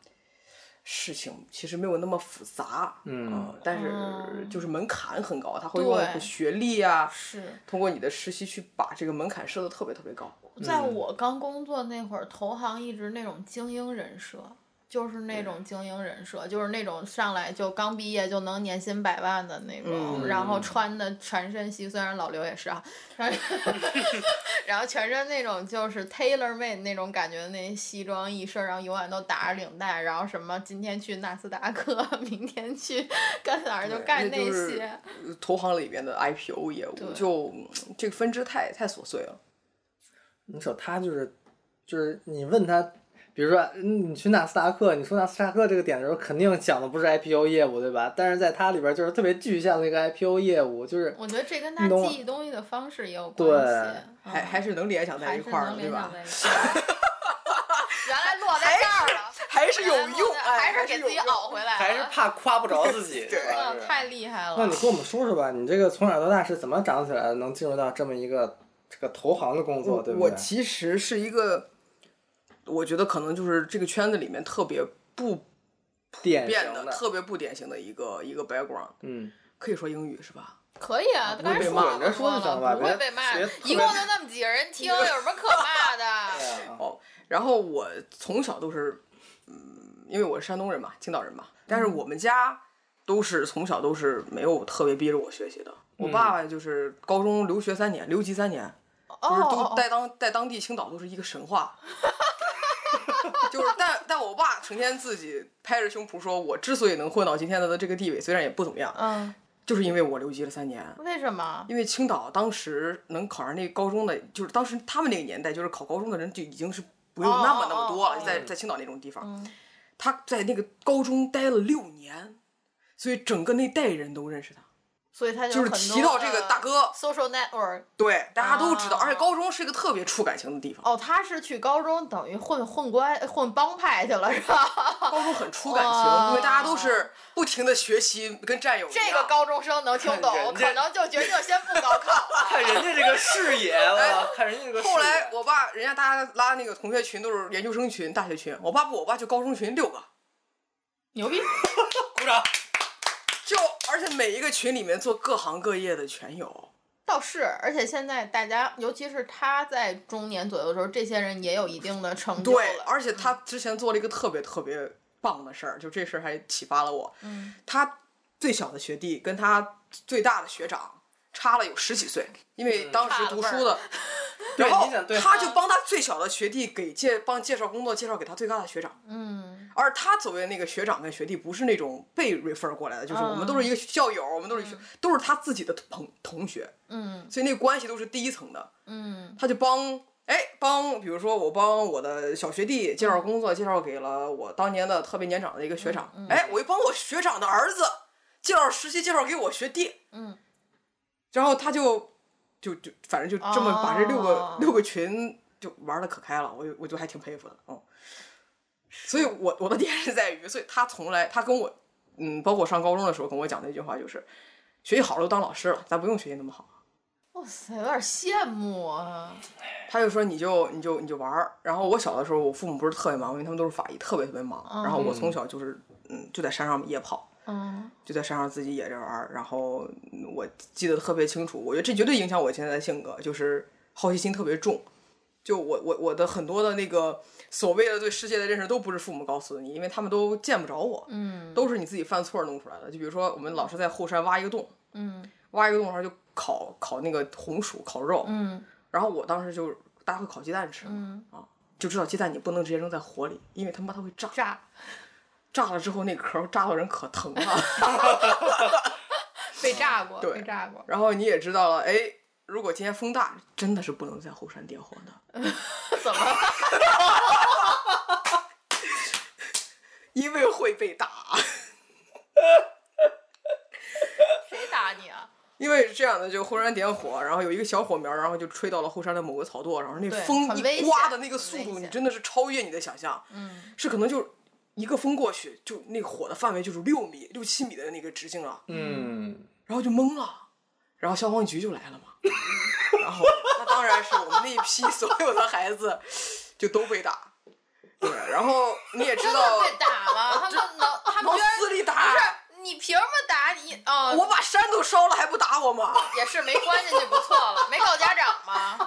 [SPEAKER 2] 事情其实没有那么复杂，
[SPEAKER 1] 嗯
[SPEAKER 2] 呃但是
[SPEAKER 3] 哦
[SPEAKER 2] 就是门槛很高，他会用
[SPEAKER 3] 对
[SPEAKER 2] 学历啊，
[SPEAKER 3] 是
[SPEAKER 2] 通过你的实习去把这个门槛设的特别特别高。
[SPEAKER 3] 在
[SPEAKER 2] 嗯
[SPEAKER 3] 我刚工作那会儿，投行一直那种精英人设，就是那种精英人设，就是那种上来就刚毕业就能年薪百万的那种，
[SPEAKER 2] 嗯
[SPEAKER 3] 然后穿的全身西，虽然老刘也是啊，然后然后全身那种就是 tailor made 那种感觉的那西装一身，然后永远都打着领带，然后什么今天去纳斯达克，明天去干哪儿就
[SPEAKER 2] 对
[SPEAKER 3] 干
[SPEAKER 2] 那
[SPEAKER 3] 些。
[SPEAKER 2] 就是呃投行里边的 IPO 业务
[SPEAKER 3] 对
[SPEAKER 2] 就嗯这个分支太太琐碎了。
[SPEAKER 1] 你瞅他就是，就是你问他比如说，嗯，你去纳斯达克，你说纳斯达克这个点的时候，肯定讲的不是 IPO 业务，对吧？但是在它里边就是特别具象的一个 IPO 业务，就是
[SPEAKER 3] 我觉得这跟他
[SPEAKER 1] 你懂我
[SPEAKER 3] 记忆东西的方式也有关
[SPEAKER 1] 对
[SPEAKER 3] 系，嗯
[SPEAKER 2] 啊还还是能联想在
[SPEAKER 3] 还
[SPEAKER 2] 一
[SPEAKER 3] 是
[SPEAKER 2] 块儿的，
[SPEAKER 3] 能
[SPEAKER 2] 对
[SPEAKER 3] 联
[SPEAKER 2] 吧
[SPEAKER 3] 想？在一块儿。原来落在这儿了，
[SPEAKER 2] 还是有
[SPEAKER 3] 原来落
[SPEAKER 2] 用，
[SPEAKER 3] 在
[SPEAKER 2] 哎
[SPEAKER 3] 还
[SPEAKER 2] 还是
[SPEAKER 3] 是给
[SPEAKER 2] 有
[SPEAKER 3] 自己
[SPEAKER 2] 用
[SPEAKER 3] 熬回来了，
[SPEAKER 5] 还是怕夸不着自己，
[SPEAKER 2] 对
[SPEAKER 5] 是吧
[SPEAKER 3] 嗯太厉害了。
[SPEAKER 1] 那你跟我们说说吧，你这个从小到大是怎么长起来的，能进入到这么一个这个投行的工作，哦对不
[SPEAKER 2] 我
[SPEAKER 1] 对？
[SPEAKER 2] 其实是一个，我觉得可能就是这个圈子里面特别不
[SPEAKER 1] 典
[SPEAKER 2] 变
[SPEAKER 1] 型
[SPEAKER 2] 的、特别不典型的一个一个 background，
[SPEAKER 1] 嗯，
[SPEAKER 2] 可以说英语是吧？
[SPEAKER 3] 可以啊，刚才
[SPEAKER 1] 被
[SPEAKER 3] 说
[SPEAKER 1] 骂
[SPEAKER 3] 了
[SPEAKER 1] 人说就行了
[SPEAKER 3] 了，不会
[SPEAKER 1] 别
[SPEAKER 3] 被骂
[SPEAKER 1] 别
[SPEAKER 3] 的，
[SPEAKER 1] 特
[SPEAKER 3] 一
[SPEAKER 1] 别啊
[SPEAKER 3] 共就那么几个人听，有什么可骂的？
[SPEAKER 2] 哦，然后我从小都是，嗯，因为我是山东人嘛，青岛人嘛，但
[SPEAKER 3] 嗯
[SPEAKER 2] 是我们家都是从小都是没有特别逼着我学习的。
[SPEAKER 3] 嗯
[SPEAKER 2] 我爸爸就是高中留学三年，留级三年，就是
[SPEAKER 3] 哦
[SPEAKER 2] 都，在当在当地青岛都是一个神话。 就是，但但我爸成天自己拍着胸脯说，我之所以能混到今天的这个地位，虽然也不怎么样，
[SPEAKER 3] 嗯，
[SPEAKER 2] 就是因为我留级了三年。
[SPEAKER 3] 为什么？
[SPEAKER 2] 因为青岛当时能考上那高中的，就是当时他们那个年代，就是考高中的人就已经是不用那么那么多了，
[SPEAKER 3] 哦哦哦
[SPEAKER 2] 在在青岛那种地方，
[SPEAKER 3] 嗯
[SPEAKER 2] 他在那个高中待了六年，所以整个那代人都认识他，
[SPEAKER 3] 所以他
[SPEAKER 2] 就是
[SPEAKER 3] 很多
[SPEAKER 2] 提到这个
[SPEAKER 3] 的
[SPEAKER 2] 大哥，
[SPEAKER 3] social network。
[SPEAKER 2] 对，大家都知道，
[SPEAKER 3] 啊
[SPEAKER 2] 而且高中是一个特别触感情的地方，
[SPEAKER 3] 哦，他是去高中等于混混关混帮派去了是吧？
[SPEAKER 2] 高中很触感情，
[SPEAKER 3] 哦
[SPEAKER 2] 因为大家都是不停的学习，跟战友一样
[SPEAKER 3] 这个。高中生能听懂
[SPEAKER 5] 看，人家
[SPEAKER 3] 可能就决定先不高 考了。
[SPEAKER 5] 看人家这个视野，我看人家这个视野。
[SPEAKER 2] 哎后来我爸，人家大家拉那个同学群都是研究生群、大学群，我爸不，我爸就高中群六个，
[SPEAKER 3] 牛逼！
[SPEAKER 5] 鼓掌，
[SPEAKER 2] 就而且每一个群里面做各行各业的全有，
[SPEAKER 3] 倒是，而且现在大家，尤其是他在中年左右的时候，这些人也有一定的成就
[SPEAKER 2] 对，
[SPEAKER 3] 了。
[SPEAKER 2] 而且他之前做了一个特别特别棒的事儿，就这事儿还启发了我。
[SPEAKER 3] 嗯，
[SPEAKER 2] 他最小的学弟跟他最大的学长差了有十几岁，因为当时读书的，
[SPEAKER 5] 对，
[SPEAKER 2] 然后
[SPEAKER 5] 你想对，
[SPEAKER 2] 他就帮他最小的学弟给介帮介绍工作，介绍给他最大的学长。
[SPEAKER 3] 嗯，
[SPEAKER 2] 而他所谓的那个学长跟学弟，不是那种被 refer 过来的，就是我们都是一个校友，我们都是一个都是他自己的同同学，
[SPEAKER 3] 嗯
[SPEAKER 2] 所以那个关系都是第一层的。
[SPEAKER 3] 嗯
[SPEAKER 2] 他就帮哎帮，比如说我帮我的小学弟介绍工作，介绍给了我当年的特别年长的一个学长，哎，我又帮我学长的儿子介绍实习，介绍给我学弟，
[SPEAKER 3] 嗯，
[SPEAKER 2] 然后他就就就反正就这么把这六个、
[SPEAKER 3] 哦
[SPEAKER 2] 六个群就玩的可开了，我就我就还挺佩服的，嗯。所以我我的点是在于，所以他从来他跟我，嗯，包括我上高中的时候跟我讲的一句话就是，学习好了都当老师了，咱不用学习那么好。
[SPEAKER 3] 哇塞，有点羡慕啊！
[SPEAKER 2] 他就说你就你就你就玩儿。然后我小的时候，我父母不是特别忙，因为他们都是法医，特别特别忙。然后我从小就是嗯，就在山上夜跑，
[SPEAKER 3] 嗯
[SPEAKER 2] 就在山上自己野着玩儿。然后嗯我记得特别清楚，我觉得这绝对影响我现在的性格，就是好奇心特别重。就我我我的很多的那个所谓的对世界的认识，都不是父母告诉你，因为他们都见不着我，
[SPEAKER 3] 嗯
[SPEAKER 2] 都是你自己犯错弄出来的。就比如说，我们老是在后山挖一个洞，
[SPEAKER 3] 嗯
[SPEAKER 2] 挖一个洞，然后就烤烤那个红薯烤肉，
[SPEAKER 3] 嗯
[SPEAKER 2] 然后我当时就大家会烤鸡蛋吃嘛，啊
[SPEAKER 3] 嗯，
[SPEAKER 2] 就知道鸡蛋你不能直接扔在火里，因为他妈它会炸，
[SPEAKER 3] 炸
[SPEAKER 2] 炸了之后那壳儿炸到人可疼了。
[SPEAKER 3] 被炸过，
[SPEAKER 2] 嗯对
[SPEAKER 3] 被炸过。
[SPEAKER 2] 然后你也知道了，哎，如果今天风大，真的是不能在后山点火的，
[SPEAKER 3] 怎么了？
[SPEAKER 2] 因为会被打。
[SPEAKER 3] 谁打你啊？
[SPEAKER 2] 因为是这样的，就后山点火，然后有一个小火苗，然后就吹到了后山的某个草垛，然后那
[SPEAKER 3] 对
[SPEAKER 2] 风
[SPEAKER 3] 很危
[SPEAKER 2] 一
[SPEAKER 3] 险
[SPEAKER 2] 刮的那个
[SPEAKER 3] 很
[SPEAKER 2] 速
[SPEAKER 3] 危
[SPEAKER 2] 度，你
[SPEAKER 3] 险
[SPEAKER 2] 真的是超越你的想象，
[SPEAKER 3] 嗯
[SPEAKER 2] 是可能就一个风过去，就那个火的范围就是六米、六七米的那个直径了。
[SPEAKER 1] 嗯，
[SPEAKER 2] 然后就懵了，然后消防局就来了嘛， 然后那当然是我们那一 批所有的孩子就都被打，对，然后你也知
[SPEAKER 3] 真
[SPEAKER 2] 道
[SPEAKER 3] 的被打了，他们能，他们
[SPEAKER 2] 往
[SPEAKER 3] 居然
[SPEAKER 2] 死里
[SPEAKER 3] 不
[SPEAKER 2] 打，
[SPEAKER 3] 是你凭什么打你？哦，
[SPEAKER 2] 我把山都烧了还不打我吗？
[SPEAKER 3] 也是没关进去不错了，没告家长 吗？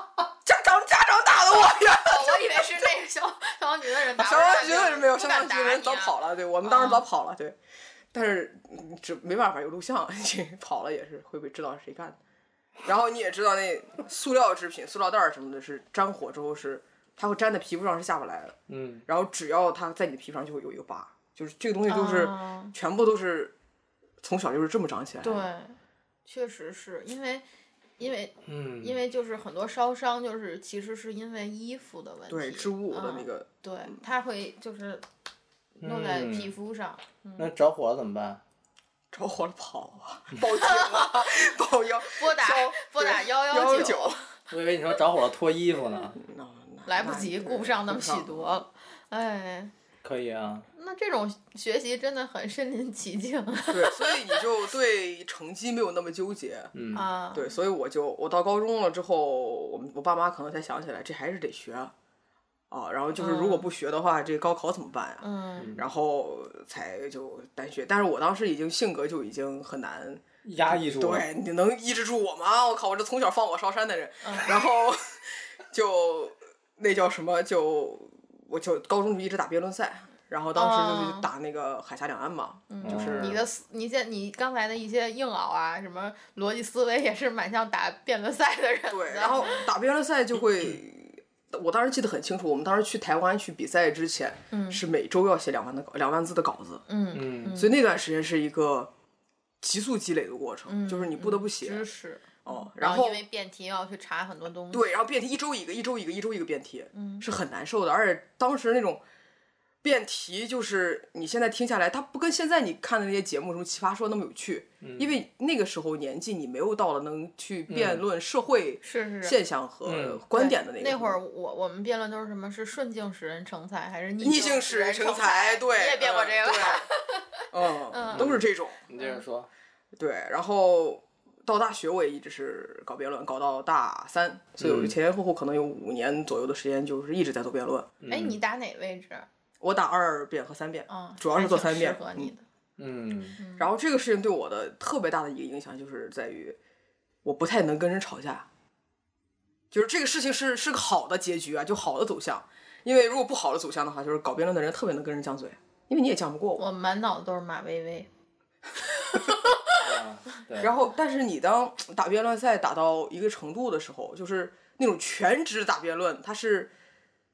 [SPEAKER 2] 家长家长打的我呀，
[SPEAKER 3] 哦，我以为是那个消消防局的人打我，
[SPEAKER 2] 消防局的人没有，
[SPEAKER 3] 不
[SPEAKER 2] 消
[SPEAKER 3] 敢
[SPEAKER 2] 防
[SPEAKER 3] 打啊
[SPEAKER 2] 局的人早跑
[SPEAKER 3] 了。
[SPEAKER 2] 了，对我们当时早跑了，对，但是嗯这没办法有录像，跑了也是会被知道是谁干的。然后你也知道那塑料制品、塑料袋儿什么的，是沾火之后是它会粘在皮肤上是下不来的。
[SPEAKER 1] 嗯，
[SPEAKER 2] 然后只要它在你的皮肤上就会有一个疤，就是这个东西都是、
[SPEAKER 3] 啊
[SPEAKER 2] 全部都是从小就是这么长起来的。
[SPEAKER 3] 对，确实是因为因为
[SPEAKER 1] 嗯，
[SPEAKER 3] 因为就是很多烧伤，就是其实是因为衣服的问题，
[SPEAKER 2] 对织物的
[SPEAKER 3] 嗯
[SPEAKER 2] 那个，嗯
[SPEAKER 3] 对，它会就是弄在皮肤上，
[SPEAKER 1] 嗯那着火了怎么办？
[SPEAKER 2] 着火了跑啊，报警 啊，报幺
[SPEAKER 3] 拨打
[SPEAKER 2] 消
[SPEAKER 3] 拨打
[SPEAKER 2] 对
[SPEAKER 3] 幺
[SPEAKER 2] 幺
[SPEAKER 3] 九，，
[SPEAKER 1] 我以为你说着火了脱衣服呢。
[SPEAKER 2] 那那
[SPEAKER 3] 来不及，顾不上那么许。
[SPEAKER 2] 那对
[SPEAKER 3] 多了，哎，
[SPEAKER 1] 可以啊，
[SPEAKER 3] 那这种学习真的很身临其境啊
[SPEAKER 2] 对，所以你就对成绩没有那么纠结。
[SPEAKER 1] 嗯，
[SPEAKER 3] 啊，
[SPEAKER 2] 对，所以我就我到高中了之后，我们我爸妈可能才想起来，这还是得学啊。啊，然后就是如果
[SPEAKER 3] 嗯
[SPEAKER 2] 不学的话，这高考怎么办呀、
[SPEAKER 3] 嗯，
[SPEAKER 2] 然后才就单学，但是我当时已经性格就已经很难，
[SPEAKER 1] 压抑住了。
[SPEAKER 2] 对，你能抑制住我吗？我靠，我这从小放火烧山的人，
[SPEAKER 3] 嗯
[SPEAKER 2] 然后就那叫什么，就我就高中就一直打辩论赛，然后当时就是
[SPEAKER 3] 哦嗯
[SPEAKER 2] 打那个海峡两岸嘛，
[SPEAKER 1] 嗯
[SPEAKER 2] 就是
[SPEAKER 3] 你的思你现你刚才的一些硬熬啊，什么逻辑思维也是蛮像打辩论赛的人的。
[SPEAKER 2] 对，然后打辩论赛就会，我当时记得很清楚，我们当时去台湾去比赛之前，
[SPEAKER 3] 嗯
[SPEAKER 2] 是每周要写两万的稿两万字的稿子，
[SPEAKER 3] 嗯，
[SPEAKER 1] 嗯，
[SPEAKER 2] 所以那段时间是一个急速积累的过程，
[SPEAKER 3] 嗯
[SPEAKER 2] 就是你不得不写
[SPEAKER 3] 知识，
[SPEAKER 2] 哦，
[SPEAKER 3] 然
[SPEAKER 2] 后
[SPEAKER 3] 嗯因为辩题要去查很多东西。
[SPEAKER 2] 对，然后辩题一周一个，一周一个，一周一个辩题，
[SPEAKER 3] 嗯
[SPEAKER 2] 是很难受的，而且当时那种。辩题就是你现在听下来，它不跟现在你看的那些节目什么《奇葩说》那么有趣，因为那个时候年纪你没有到了能去辩论社会
[SPEAKER 3] 是是是
[SPEAKER 2] 现象和
[SPEAKER 1] 嗯
[SPEAKER 2] 观点的那个
[SPEAKER 3] 那
[SPEAKER 2] 时候
[SPEAKER 3] 会儿我我们辩论都是什么？是顺境使人成才还是逆
[SPEAKER 2] 逆
[SPEAKER 3] 境
[SPEAKER 2] 境
[SPEAKER 3] 使
[SPEAKER 2] 使人
[SPEAKER 3] 成
[SPEAKER 2] 成才，对，
[SPEAKER 3] 你也辩过这 个吧？
[SPEAKER 2] 嗯，对
[SPEAKER 3] 嗯
[SPEAKER 2] 嗯，都是这种，
[SPEAKER 1] 你接着说。
[SPEAKER 2] 对。然后到大学我也一直是搞辩论，搞到大三，所以我
[SPEAKER 1] 嗯
[SPEAKER 2] 前前后后可能有五年左右的时间，就是一直在做辩论。
[SPEAKER 3] 哎，你打哪位置？
[SPEAKER 2] 我打二遍和三遍，
[SPEAKER 3] 嗯，
[SPEAKER 2] 嗯主要是做三遍
[SPEAKER 3] 还挺适合你的。
[SPEAKER 1] 嗯，
[SPEAKER 2] 然后这个事情对我的特别大的一个影响就是在于，我不太能跟人吵架。就是这个事情是是个好的结局啊，就好的走向。因为如果不好的走向的话，就是搞辩论的人特别能跟人犟嘴，因为你也犟不过我。
[SPEAKER 3] 我满脑子都是马薇薇。嗯
[SPEAKER 1] 啊 对。
[SPEAKER 2] 然后，但是你当打辩论赛打到一个程度的时候，就是那种全职打辩论，它是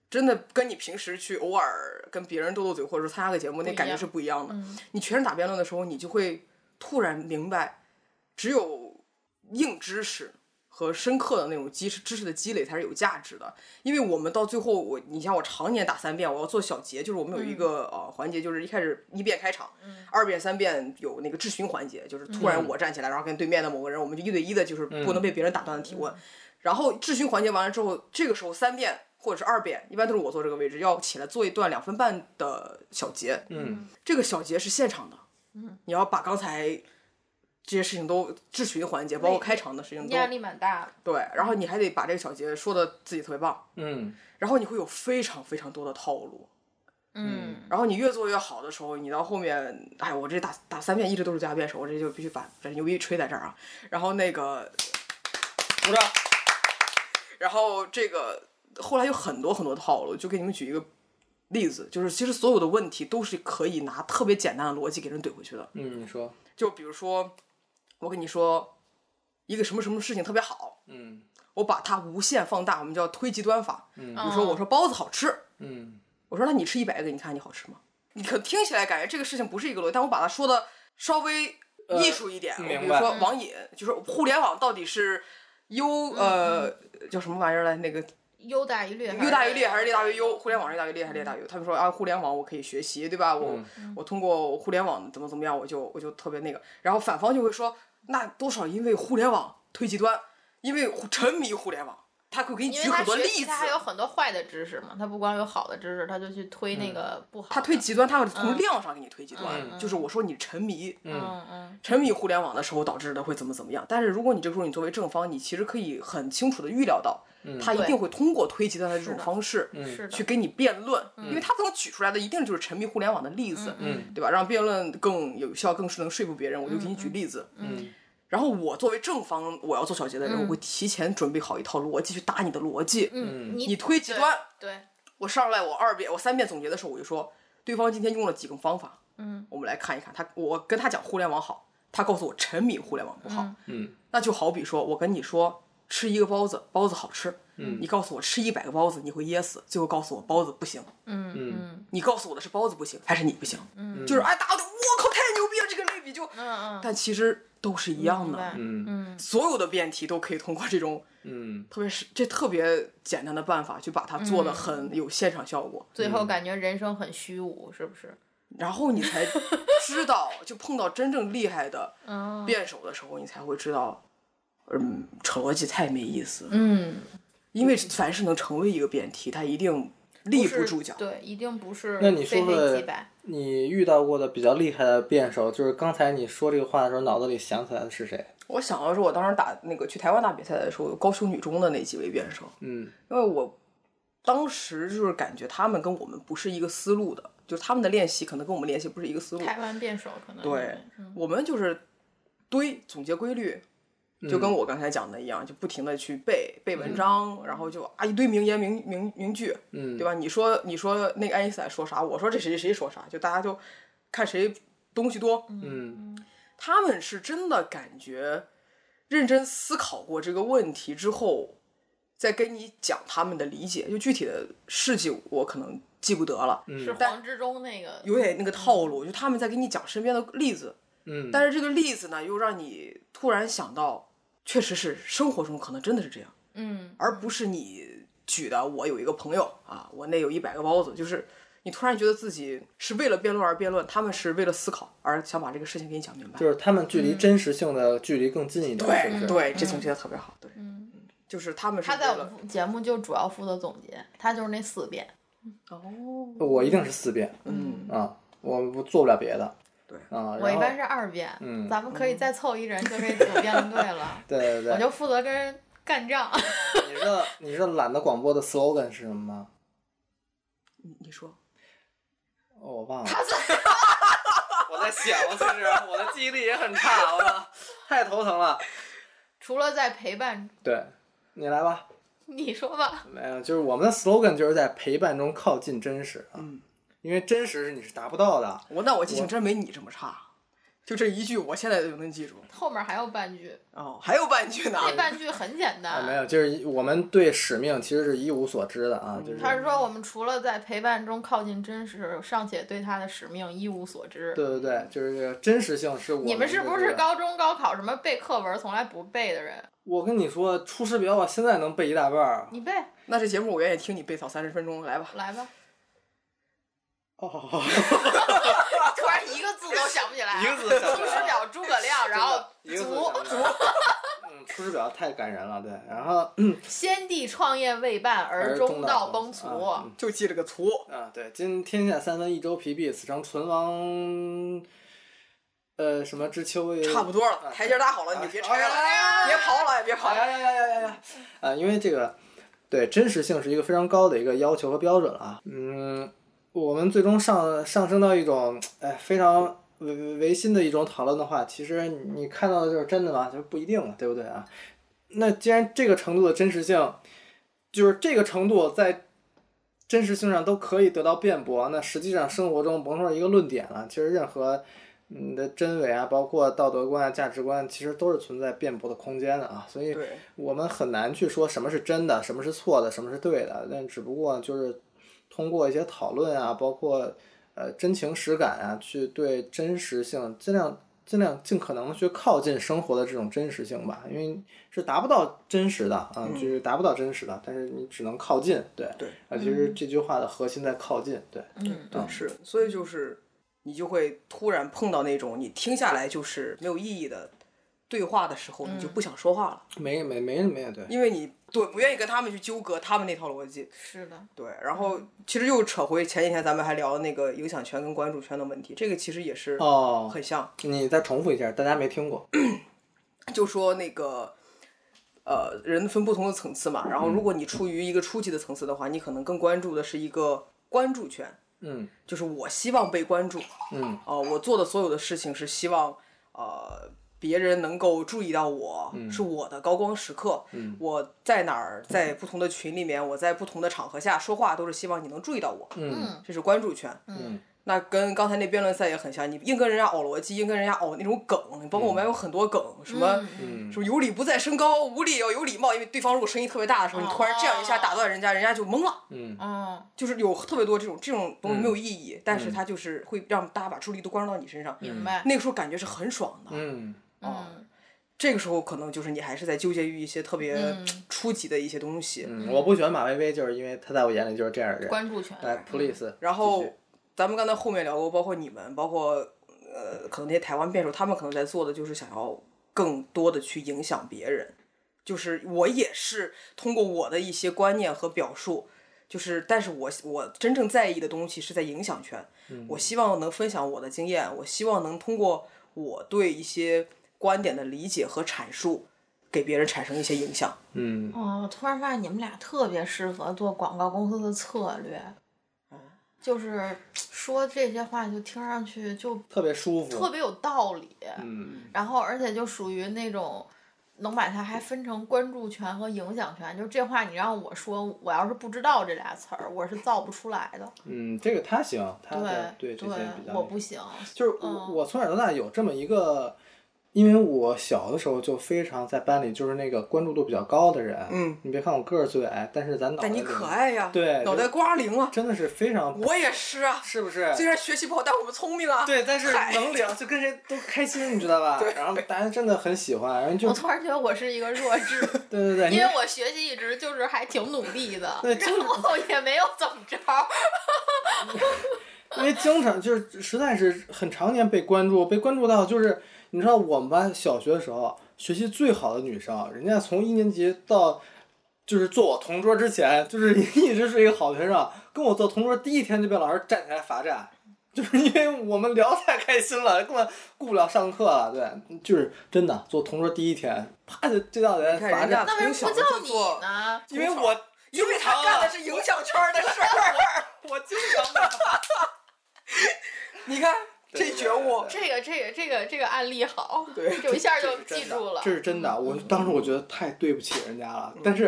[SPEAKER 2] 真的跟你平时去偶尔跟别人斗斗嘴，或者说参加个节目，那
[SPEAKER 3] 一
[SPEAKER 2] 感觉
[SPEAKER 3] 样
[SPEAKER 2] 是不一样嗯的。你全职打辩论的时候，你就会突然明白，只有硬知识和深刻的那种知识知识的积累才是有价值的。因为我们到最后，我你像我常年打三遍，我要做小结，就是我们有一个、呃环节，就是一开始一遍开场，二遍三遍有那个质询环节，就是突然我站起来，然后跟对面的某个人，我们就一对一的，就是不能被别人打断的提问。然后质询环节完了之后，这个时候三遍或者是二遍，一般都是我坐这个位置，要起来做一段两分半的小结。
[SPEAKER 1] 嗯
[SPEAKER 2] 这个小节是现场的，嗯，你要把刚才这些事情都质询环节，包括开场的事情嗯都
[SPEAKER 3] 压力蛮大的。
[SPEAKER 2] 对，然后你还得把这个小节说的自己特别棒，
[SPEAKER 1] 嗯
[SPEAKER 2] 然后你会有非常非常多的套路，
[SPEAKER 3] 嗯，
[SPEAKER 2] 然后你越做越好的时候，你到后面，哎，我这打打三遍一直都是加辩手，我这就必须把把牛逼吹在这儿啊，然后那个
[SPEAKER 5] 鼓掌。
[SPEAKER 2] 然后这个后来有很多很多套路，就给你们举一个例子，就是其实所有的问题都是可以拿特别简单的逻辑给人怼回去的。
[SPEAKER 1] 嗯，你说。
[SPEAKER 2] 就比如说，我跟你说一个什么什么事情特别好，
[SPEAKER 1] 嗯
[SPEAKER 2] 我把它无限放大，我们叫推极端法。
[SPEAKER 1] 嗯
[SPEAKER 2] 比如说，我说包子好吃，
[SPEAKER 1] 嗯
[SPEAKER 2] 我说那你吃一百个，你看你好吃吗？你可听起来感觉这个事情不是一个逻辑，但我把它说的稍微艺术一点，
[SPEAKER 1] 呃
[SPEAKER 2] 比
[SPEAKER 1] 明
[SPEAKER 2] 如
[SPEAKER 1] 白
[SPEAKER 2] 说网瘾，就是互联网到底是优呃叫什么玩意儿来那个
[SPEAKER 3] 优大于劣，
[SPEAKER 2] 优大于劣还是劣大于优？互联网是大于劣还是劣大于优？他们说啊，互联网我可以学习，对吧？
[SPEAKER 1] 嗯
[SPEAKER 2] 我、我通过互联网怎么怎么样，我就我就特别那个。然后反方就会说，那多少因为互联网推极端，因为互沉迷互联网，他会给你
[SPEAKER 3] 因
[SPEAKER 2] 举
[SPEAKER 3] 为他
[SPEAKER 2] 很多
[SPEAKER 3] 学
[SPEAKER 2] 例
[SPEAKER 3] 习
[SPEAKER 2] 子。
[SPEAKER 3] 他还有很多坏的知识嘛，他不光有好的知识，他就去推那个不好
[SPEAKER 2] 嗯
[SPEAKER 3] 的。
[SPEAKER 2] 他推极端，他会
[SPEAKER 1] 嗯
[SPEAKER 2] 从量上给你推极端，
[SPEAKER 3] 嗯
[SPEAKER 2] 就是我说你沉迷，
[SPEAKER 3] 嗯嗯
[SPEAKER 2] 沉迷互联网的时候导致的会怎么怎么样。但是如果你这个时候你作为正方，你其实可以很清楚的预料到，他一定会通过推极端的这种
[SPEAKER 3] 是的
[SPEAKER 2] 方式，
[SPEAKER 1] 嗯
[SPEAKER 3] 是的，
[SPEAKER 2] 去给你辩论，因为他能举出来的一定就是沉迷互联网的例子，
[SPEAKER 1] 嗯
[SPEAKER 2] 对吧？让辩论更有效，更是能说服别人。我就给你举例子，
[SPEAKER 1] 嗯
[SPEAKER 2] 然后我作为正方，我要做小结的人，我会提前准备好一套逻辑去打你的逻辑。
[SPEAKER 3] 嗯，你
[SPEAKER 2] 你推极端，
[SPEAKER 3] 对，对
[SPEAKER 2] 我上来我二遍，我三遍总结的时候，我就说，对方今天用了几个方法，
[SPEAKER 3] 嗯，
[SPEAKER 2] 我们来看一看他，我跟他讲互联网好，他告诉我沉迷互联网不好，
[SPEAKER 1] 嗯
[SPEAKER 2] 那就好比说我跟你说吃一个包子，包子好吃，
[SPEAKER 1] 嗯
[SPEAKER 2] 你告诉我吃一百个包子你会噎死，最后告诉我包子不行，
[SPEAKER 3] 嗯嗯
[SPEAKER 2] 你告诉我的是包子不行，还是你不行？嗯，就是哎，大家都我靠，太牛逼了，这个类比就，
[SPEAKER 3] 嗯嗯，
[SPEAKER 2] 但其实都是一样
[SPEAKER 3] 明
[SPEAKER 2] 的
[SPEAKER 3] 白，
[SPEAKER 1] 嗯
[SPEAKER 3] 嗯，
[SPEAKER 2] 所有的辩题都可以通过这种
[SPEAKER 1] 嗯，
[SPEAKER 2] 特别是这特别简单的办法去把它做
[SPEAKER 3] 嗯
[SPEAKER 2] 的很有现场效果，
[SPEAKER 3] 最
[SPEAKER 1] 嗯
[SPEAKER 3] 后感觉人生很虚无，是不是？
[SPEAKER 2] 然后你才知道，就碰到真正厉害的
[SPEAKER 3] 嗯
[SPEAKER 2] 辩手的时候，你才会知道，嗯，逻辑太没意思了，
[SPEAKER 3] 嗯，
[SPEAKER 2] 因为凡是能成为一个辩题，他一定立不
[SPEAKER 3] 是
[SPEAKER 2] 住脚。
[SPEAKER 3] 对，一定不是
[SPEAKER 1] 那你
[SPEAKER 3] 非
[SPEAKER 1] 说
[SPEAKER 3] 黑即
[SPEAKER 1] 说
[SPEAKER 3] 白。
[SPEAKER 1] 你遇到过的比较厉害的辩手，就是刚才你说这个话的时候，脑子里想起来的是谁？
[SPEAKER 2] 我想到是我当时打那个去台湾打比赛的时候，高雄女中的那几位辩手，
[SPEAKER 1] 嗯
[SPEAKER 2] 因为我当时就是感觉他们跟我们不是一个思路的，就是他们的练习可能跟我们练习不是一个思路。
[SPEAKER 3] 台湾辩手可能
[SPEAKER 2] 对，我们就是堆总结规律，就
[SPEAKER 1] 嗯
[SPEAKER 2] 跟我刚才讲的一样，就不停的去背背文章，然后就啊一堆名言名名名句，
[SPEAKER 1] 嗯，
[SPEAKER 2] 对吧？你说你说那个爱因斯坦说啥，我说这谁谁说啥，就大家就看谁东西多。
[SPEAKER 1] 嗯
[SPEAKER 2] 他们是真的感觉认真思考过这个问题之后，再跟你讲他们的理解。就具体的事迹，我可能记不得了，
[SPEAKER 3] 是
[SPEAKER 1] 嗯
[SPEAKER 3] 黄志忠那个
[SPEAKER 2] 有点那个套路。就他们在给你讲身边的例子，
[SPEAKER 1] 嗯，
[SPEAKER 2] 但是这个例子呢，又让你突然想到，确实是生活中可能真的是这样，
[SPEAKER 3] 嗯
[SPEAKER 2] 而不是你举的。我有一个朋友啊，我那有一百个包子，就是。你突然觉得自己是为了辩论而辩论，他们是为了思考而想把这个事情给你讲明白。
[SPEAKER 1] 就是他们距
[SPEAKER 3] 嗯
[SPEAKER 1] 离真实性的距离更近一点，是不嗯是？
[SPEAKER 2] 对，这总结的特别好。对，
[SPEAKER 3] 嗯，
[SPEAKER 2] 就是他们是
[SPEAKER 3] 他在
[SPEAKER 2] 为
[SPEAKER 3] 我
[SPEAKER 2] 了
[SPEAKER 3] 们节目就主要负责总结，他就是那四遍。
[SPEAKER 2] 哦，
[SPEAKER 1] 我一定是四辩
[SPEAKER 2] 嗯，
[SPEAKER 1] 啊，我我做不了别的。
[SPEAKER 2] 对
[SPEAKER 1] 啊，
[SPEAKER 3] 我一
[SPEAKER 1] 然后
[SPEAKER 3] 般是二遍，
[SPEAKER 1] 嗯。
[SPEAKER 3] 咱们可以再凑一人，就这组辩论队了
[SPEAKER 1] 对 对对，
[SPEAKER 3] 我就负责跟人干仗，
[SPEAKER 1] 你知道 你知道懒得广播的 slogan 是什么吗？
[SPEAKER 2] 你你说，
[SPEAKER 1] 哦，我忘了。
[SPEAKER 5] 我在想，我其实我的记忆力也很差，我操，太头疼了。
[SPEAKER 3] 除了在陪伴，
[SPEAKER 1] 对，你来吧。
[SPEAKER 3] 你说吧，
[SPEAKER 1] 没有，就是我们的 slogan 就是在陪伴中靠近真实啊，
[SPEAKER 2] 嗯，
[SPEAKER 1] 因为真实是你是达不到的。
[SPEAKER 2] 我那我记性真没你这么差，啊就这一句我现在就能记住。
[SPEAKER 3] 后面还有半句，
[SPEAKER 2] 哦，还有半句呢。
[SPEAKER 3] 那半句很简
[SPEAKER 1] 啊，
[SPEAKER 3] 单。
[SPEAKER 1] 没有，就是我们对使命其实是一无所知的啊，就是
[SPEAKER 3] 嗯他是说，我们除了在陪伴中靠近真实，尚且对他的使命一无所知。
[SPEAKER 1] 对对对，就是这个真实性是我们
[SPEAKER 3] 你们是不
[SPEAKER 1] 这
[SPEAKER 3] 是
[SPEAKER 1] 个
[SPEAKER 3] 高中高考什么背课文从来不背的人？
[SPEAKER 1] 我跟你说，《出师表》我现在能背一大半儿。啊
[SPEAKER 3] 你背
[SPEAKER 2] 那这节目我愿意听你背操三十分钟，来吧。
[SPEAKER 3] 来吧，
[SPEAKER 1] 哦，
[SPEAKER 3] 啊突然一个字都想不起来。
[SPEAKER 5] 一个字都想不起来
[SPEAKER 3] 出师表诸葛亮，
[SPEAKER 1] 哦
[SPEAKER 3] 然后
[SPEAKER 5] 一个字都想
[SPEAKER 3] 卒
[SPEAKER 5] 不起来
[SPEAKER 1] 嗯，《出师表》太感人了，对。然后
[SPEAKER 3] 先帝创业未半，而中道崩殂。
[SPEAKER 1] 啊
[SPEAKER 2] 就记了个图，
[SPEAKER 1] 嗯啊，对，今天下三分，一周疲弊，此诚存亡。呃，什么知秋也
[SPEAKER 2] 差不多了，台阶搭好了，你别拆了，别刨了，也别刨
[SPEAKER 1] 哎呀
[SPEAKER 2] 了。
[SPEAKER 1] 呀呀呀呀！啊，因为这个对真实性是一个非常高的一个要求和标准了啊。嗯，我们最终上上升到一种哎非常唯唯唯心的一种讨论的话，其实你看到的就是真的吗？就不一定了，对不对啊？那既然这个程度的真实性，就是这个程度在。真实性上都可以得到辩驳，那实际上生活中甭说一个论点了，其实任何你的真伪啊，包括道德观啊、价值观，其实都是存在辩驳的空间的啊。所以
[SPEAKER 2] 对，
[SPEAKER 1] 我们很难去说什么是真的，什么是错的，什么是对的。但只不过就是通过一些讨论啊，包括呃真情实感啊，去对真实性尽量尽量尽可能地去靠近生活的这种真实性吧，因为是达不到真实的啊，
[SPEAKER 3] 嗯
[SPEAKER 1] 就是达不到真实的，但是你只能靠近。对
[SPEAKER 2] 对
[SPEAKER 1] 啊，其实这句话的核心在靠近。对，
[SPEAKER 3] 嗯，
[SPEAKER 1] 嗯
[SPEAKER 2] 是，所以就是你就会突然碰到那种你听下来就是没有意义的对话的时候，你就不想说话了，
[SPEAKER 1] 没没没没有对，
[SPEAKER 2] 因为你嗯对不愿意跟他们去纠葛他们那套逻辑。
[SPEAKER 3] 是的，
[SPEAKER 2] 对，然后其实又扯回前几天咱们还聊那个影响圈跟关注圈的问题，这个其实也是
[SPEAKER 1] 哦
[SPEAKER 2] 很像，
[SPEAKER 1] 你再重复一下，大家没听过。
[SPEAKER 2] 就说那个呃人分不同的层次嘛，然后如果你处于一个初级的层次的话，你可能更关注的是一个关注圈，
[SPEAKER 1] 嗯
[SPEAKER 2] 就是我希望被关注，
[SPEAKER 1] 嗯
[SPEAKER 2] 哦、我做的所有的事情是希望呃别人能够注意到我，是我的高光时刻。
[SPEAKER 1] 嗯
[SPEAKER 2] 我在哪儿，在不同的群里面，我在不同的场合下说话，都是希望你能注意到我，
[SPEAKER 1] 嗯
[SPEAKER 2] 这是关注圈。
[SPEAKER 1] 嗯
[SPEAKER 2] 那跟刚才那辩论赛也很像，你硬跟人家拗逻辑，硬跟人家拗那种梗，包括我们还有很多梗，什么、
[SPEAKER 1] 嗯
[SPEAKER 2] 什么有理不在身高，无理要有礼貌，因为对方如果声音特别大的时候，你突然这样一
[SPEAKER 1] 哦
[SPEAKER 2] 下打断人家，人家就懵了。
[SPEAKER 1] 嗯
[SPEAKER 3] 嗯，
[SPEAKER 2] 就是有特别多这种这种东西没有意义，但是它就是会让大家把注意力都关注到你身上。
[SPEAKER 3] 明白。
[SPEAKER 2] 那个时候感觉是很爽的，
[SPEAKER 1] 嗯
[SPEAKER 2] 啊。这个时候可能就是你还是在纠结于一些特别
[SPEAKER 3] 嗯
[SPEAKER 2] 初级的一些东西，
[SPEAKER 1] 嗯，我不喜欢马薇薇，就是因为她在我眼里就是这样的人。哎
[SPEAKER 3] 关注权。
[SPEAKER 1] 来，please。
[SPEAKER 2] 然后咱们刚才后面聊过，包括你们，包括呃，可能那些台湾辩手，他们可能在做的就是想要更多的去影响别人。就是我也是通过我的一些观念和表述，就是但是我我真正在意的东西是在影响圈。我希望能分享我的经验，我希望能通过我对一些观点的理解和阐述，给别人产生一些影响。
[SPEAKER 1] 嗯，
[SPEAKER 3] 哦，我突然发现你们俩特别适合做广告公司的策略，
[SPEAKER 1] 嗯
[SPEAKER 3] 就是说这些话就听上去就
[SPEAKER 1] 特别舒服。
[SPEAKER 3] 特别有道理，
[SPEAKER 1] 嗯，
[SPEAKER 3] 然后而且就属于那种能把它还分成关注权和影响权，就这话你让我说，我要是不知道这俩词儿，我是造不出来的。
[SPEAKER 1] 嗯，这个他行，他的
[SPEAKER 3] 对
[SPEAKER 1] 啊这些比较
[SPEAKER 3] 我
[SPEAKER 1] 那
[SPEAKER 3] 不行。
[SPEAKER 1] 就是我
[SPEAKER 3] 嗯
[SPEAKER 1] 我从小到大有这么一个，因为我小的时候就非常在班里就是那个关注度比较高的人。
[SPEAKER 2] 嗯，
[SPEAKER 1] 你别看我个儿最矮，但是咱脑袋
[SPEAKER 2] 但你
[SPEAKER 1] 里面
[SPEAKER 2] 可爱呀，
[SPEAKER 1] 对
[SPEAKER 2] 脑袋瓜灵啊，
[SPEAKER 1] 真的是非常，
[SPEAKER 2] 我也是啊，
[SPEAKER 1] 是不是？
[SPEAKER 2] 虽然学习不好，但我们聪明啊。
[SPEAKER 1] 对，但是
[SPEAKER 2] 嗨
[SPEAKER 1] 能聊就跟谁都开心，你知道吧？
[SPEAKER 2] 对
[SPEAKER 1] 然后大家真的很喜欢，然后就
[SPEAKER 3] 我突然觉得我是一个弱智，
[SPEAKER 1] 对对对，你
[SPEAKER 3] 因为我学习一直就是还挺努力的，
[SPEAKER 1] 对就是啊
[SPEAKER 3] 然后也没有怎么着。
[SPEAKER 1] 因为经常就是实在是很常年被关注，被关注到就是你知道我们班小学的时候学习最好的女生，人家从一年级到就是做我同桌之前，就是一直是一个好学生，跟我做同桌第一天就被老师站起来罚站，就是因为我们聊太开心了，根本顾不了上课了。对，就是真的做同桌第一天，啪就就要人
[SPEAKER 2] 你看
[SPEAKER 1] 罚
[SPEAKER 2] 人
[SPEAKER 1] 站，
[SPEAKER 2] 家
[SPEAKER 3] 那为什么不叫你呢？
[SPEAKER 1] 因为我
[SPEAKER 2] 因为他干的是影响圈的事儿。
[SPEAKER 1] 我经常被
[SPEAKER 2] 你看这觉悟，
[SPEAKER 3] 这个这个这个这个案例好，
[SPEAKER 2] 对
[SPEAKER 3] 就一下就记住了
[SPEAKER 1] 这。是真的。我当时我觉得太对不起人家了，但是，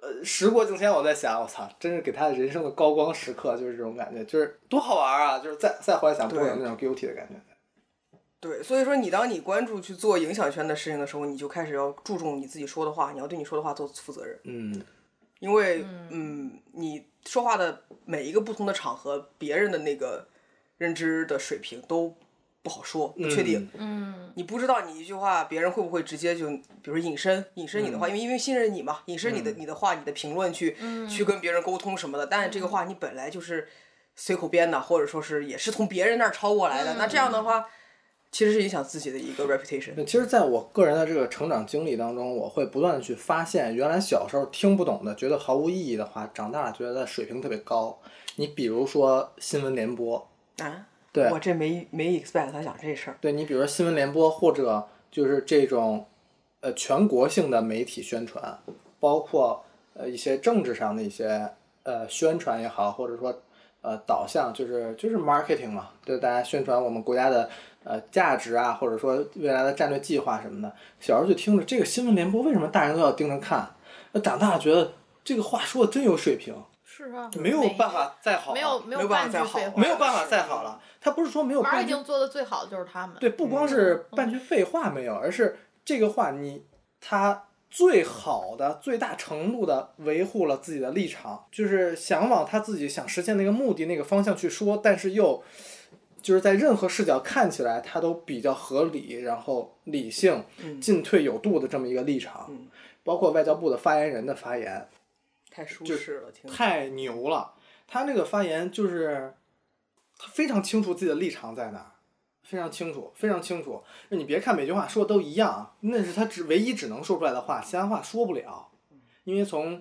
[SPEAKER 1] 呃，时过境迁，我在想，我操，真是给他人生的高光时刻，就是这种感觉，就是多好玩啊！就是再再回来想，不会有那种 guilty 的感觉。
[SPEAKER 2] 对，所以说你当你关注去做影响圈的事情的时候，你就开始要注重你自己说的话，你要对你说的话做负责任，
[SPEAKER 1] 嗯，
[SPEAKER 2] 因为嗯，你说话的每一个不同的场合，别人的那个认知的水平都不好说，不确定。
[SPEAKER 3] 嗯，
[SPEAKER 2] 你不知道你一句话，别人会不会直接就，比如说引申引申你
[SPEAKER 1] 嗯
[SPEAKER 2] 的话，因为因为信任你嘛，引申你的、你的话、你的评论去、
[SPEAKER 3] 嗯
[SPEAKER 2] 去跟别人沟通什么的。但是这个话你本来就是随口编的，或者说是也是从别人那儿抄过来的。
[SPEAKER 3] 嗯
[SPEAKER 2] 那这样的话，其实是影响自己的一个 reputation。
[SPEAKER 1] 嗯那其实，在我个人的这个成长经历当中，我会不断的去发现，原来小时候听不懂的，觉得毫无意义的话，长大了觉得水平特别高。你比如说新闻联播，
[SPEAKER 2] 啊，
[SPEAKER 1] 对
[SPEAKER 2] 我这没没 expect 他讲这事儿。
[SPEAKER 1] 对你比如说新闻联播或者就是这种呃全国性的媒体宣传，包括呃一些政治上的一些呃宣传也好，或者说呃导向就是就是 marketing 嘛，对大家宣传我们国家的呃价值啊，或者说未来的战略计划什么的。小时候就听着这个新闻联播，为什么大人都要盯着看？那长大了觉得这个话说的真有水平，
[SPEAKER 3] 是啊，
[SPEAKER 1] 没有办法再好了，
[SPEAKER 3] 没有没有
[SPEAKER 2] 没办
[SPEAKER 3] 半
[SPEAKER 2] 法
[SPEAKER 3] 句
[SPEAKER 2] 再好
[SPEAKER 3] 废话，
[SPEAKER 1] 没有办法再好了。他不是说没有办法
[SPEAKER 3] marketing 做的最好的就是他们。
[SPEAKER 1] 对，不光是半句废话没有，而是这个话你他最好的、最大程度的维护了自己的立场，就是想往他自己想实现那个目的那个方向去说，但是又就是在任何视角看起来他都比较合理，然后理性、
[SPEAKER 2] 嗯
[SPEAKER 1] 进退有度的这么一个立场。包括外交部的发言人的发言
[SPEAKER 2] 太舒适了，听着
[SPEAKER 1] 太牛了，他那个发言就是他非常清楚自己的立场在哪儿。非常清楚，非常清楚。那你别看每句话说的都一样，那是他只唯一只能说出来的话，其他话说不了。因为从，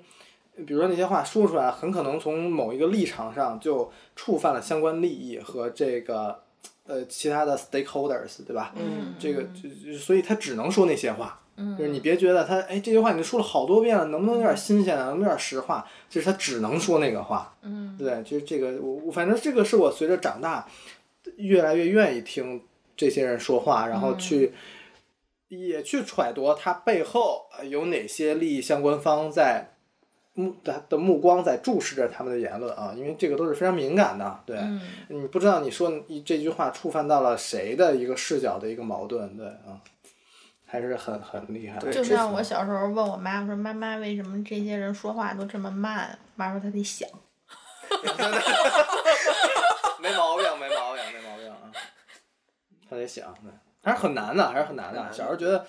[SPEAKER 1] 比如说那些话说出来，很可能从某一个立场上就触犯了相关利益和这个，呃，其他的 stakeholders，对吧？
[SPEAKER 2] 嗯
[SPEAKER 1] 这个就就所以他只能说那些话。嗯
[SPEAKER 3] 嗯
[SPEAKER 1] 就是你别觉得他，哎，这句话你都说了好多遍了，能不能有点新鲜啊？能不能有点实话？就是他只能说那个话。
[SPEAKER 3] 嗯，
[SPEAKER 1] 对，就是这个，我我反正这个是我随着长大，越来越愿意听这些人说话，然后去、也去揣度他背后呃有哪些利益相关方在目的的目光在注视着他们的言论啊，因为这个都是非常敏感的。对，
[SPEAKER 3] 嗯
[SPEAKER 1] 你不知道你说你这句话触犯到了谁的一个视角的一个矛盾，对啊，还是很很厉害的。
[SPEAKER 2] 对
[SPEAKER 3] 就
[SPEAKER 2] 这
[SPEAKER 3] 像我小时候问我妈，我说妈妈，为什么这些人说话都这么慢？妈说她得想。
[SPEAKER 1] 没毛病，没毛病，没毛病啊！他得想，对还是很难的，还是很难的。小时候觉得，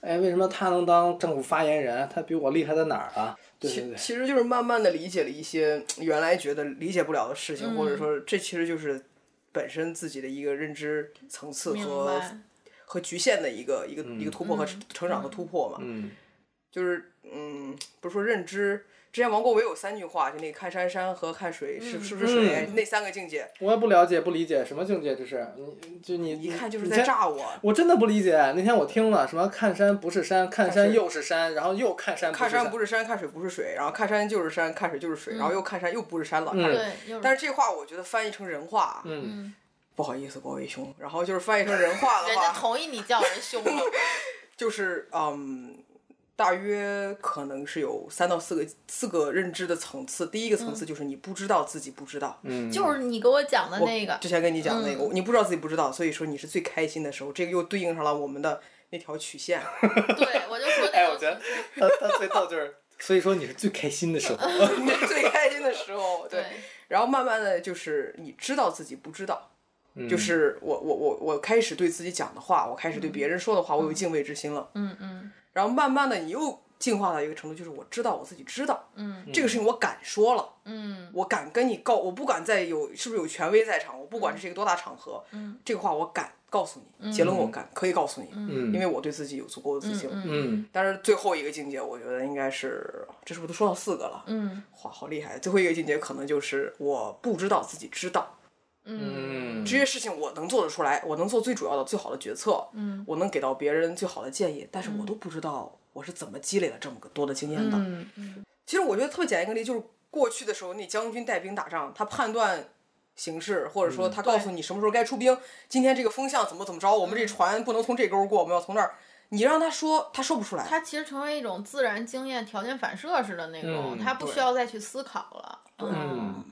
[SPEAKER 1] 哎，为什么他能当政府发言人？他比我厉害在哪儿啊？对 对
[SPEAKER 2] 其
[SPEAKER 1] 对，
[SPEAKER 2] 其实就是慢慢的理解了一些原来觉得理解不了的事情，
[SPEAKER 3] 嗯
[SPEAKER 2] 或者说这其实就是本身自己的一个认知层次
[SPEAKER 3] 明
[SPEAKER 2] 和
[SPEAKER 3] 白。
[SPEAKER 2] 和局限的一个一个、一个突破和
[SPEAKER 3] 嗯
[SPEAKER 2] 成成长和突破嘛。
[SPEAKER 1] 嗯，
[SPEAKER 2] 就是嗯，不是说认知。之前王国维有三句话，就那个看山山和看水
[SPEAKER 3] 嗯
[SPEAKER 2] 是是不是水、
[SPEAKER 1] 嗯
[SPEAKER 2] 那三个境界，
[SPEAKER 1] 我也不了解，不理解什么境界，这是你就你
[SPEAKER 2] 一看就是
[SPEAKER 1] 你
[SPEAKER 2] 在
[SPEAKER 1] 先
[SPEAKER 2] 炸我。
[SPEAKER 1] 我真的不理解，那天我听了什么看山不是山，看
[SPEAKER 2] 看
[SPEAKER 1] 山
[SPEAKER 2] 水
[SPEAKER 1] 又是山，然后又看山不
[SPEAKER 2] 看
[SPEAKER 1] 是
[SPEAKER 2] 山
[SPEAKER 1] 山，
[SPEAKER 2] 不是山，看水不是水，然后看山就是山，看水就是水，
[SPEAKER 3] 嗯
[SPEAKER 2] 然后又看山又不是山了。
[SPEAKER 1] 嗯
[SPEAKER 3] 对，又
[SPEAKER 2] 但
[SPEAKER 3] 是
[SPEAKER 2] 是这话我觉得翻译成人话，
[SPEAKER 1] 嗯，
[SPEAKER 2] 不好意思，国维兄。然后就是翻译成人话的
[SPEAKER 3] 人家
[SPEAKER 2] 话，
[SPEAKER 3] 同意你叫人凶了，
[SPEAKER 2] 就是嗯，大约可能是有三到四个四个认知的层次。第一个
[SPEAKER 3] 嗯
[SPEAKER 2] 层次就是你不知道自己不知道，
[SPEAKER 1] 嗯，
[SPEAKER 3] 就是你给我讲的
[SPEAKER 2] 我
[SPEAKER 3] 那个嗯
[SPEAKER 2] 之，前跟你讲的那个，你不知道自己不知道，所以说你是最开心的时候，这个又对应上了我们的那条曲线。
[SPEAKER 3] 对我就说
[SPEAKER 1] 哎，
[SPEAKER 3] 那
[SPEAKER 1] 我觉
[SPEAKER 3] 个
[SPEAKER 1] 得他他最逗就是，所以说你是最开心的时候，
[SPEAKER 2] 最开心的时候，对。
[SPEAKER 3] 对
[SPEAKER 2] 然后慢慢的就是你知道自己不知道，
[SPEAKER 1] 嗯
[SPEAKER 2] 就是我我我我开始对自己讲的话，我开始对别人说的话，我有敬畏之心了。
[SPEAKER 3] 嗯嗯
[SPEAKER 2] 然后慢慢的你又进化到一个程度，就是我知道我自己知道
[SPEAKER 3] 嗯
[SPEAKER 2] 这个事情，我敢说了，
[SPEAKER 3] 嗯
[SPEAKER 2] 我敢跟你告，我不管在有是不是有权威在场，我不管这是一个多大场合，
[SPEAKER 3] 嗯
[SPEAKER 2] 这个话我敢告诉你，结论我敢可以告诉你，
[SPEAKER 1] 嗯，
[SPEAKER 2] 因为我对自己有足够的自信。
[SPEAKER 3] 嗯
[SPEAKER 1] 嗯
[SPEAKER 2] 但是最后一个境界，我觉得应该是，这是不是都说到四个了？
[SPEAKER 3] 嗯
[SPEAKER 2] 哇，好厉害！最后一个境界可能就是我不知道自己知道
[SPEAKER 3] 嗯
[SPEAKER 1] 嗯
[SPEAKER 2] 这些事情，我能做得出来，我能做最主要的、最好的决策，
[SPEAKER 3] 嗯
[SPEAKER 2] 我能给到别人最好的建议，但是我都不知道我是怎么积累了这么个多的经验的。
[SPEAKER 3] 嗯嗯
[SPEAKER 2] 其实我觉得特别简单一个例，子，就是过去的时候，那将军带兵打仗，他判断形势，或者
[SPEAKER 3] 嗯
[SPEAKER 2] 说他告诉你什么时候该出兵，今天这个风向怎么怎么着，我
[SPEAKER 3] 嗯
[SPEAKER 2] 们这船不能从这沟过，我们要从那儿。你让他说，他说不出来。
[SPEAKER 3] 它其实成为一种自然经验条件反射似的那种，
[SPEAKER 1] 嗯
[SPEAKER 3] 它不需要再去思考了。
[SPEAKER 1] 嗯，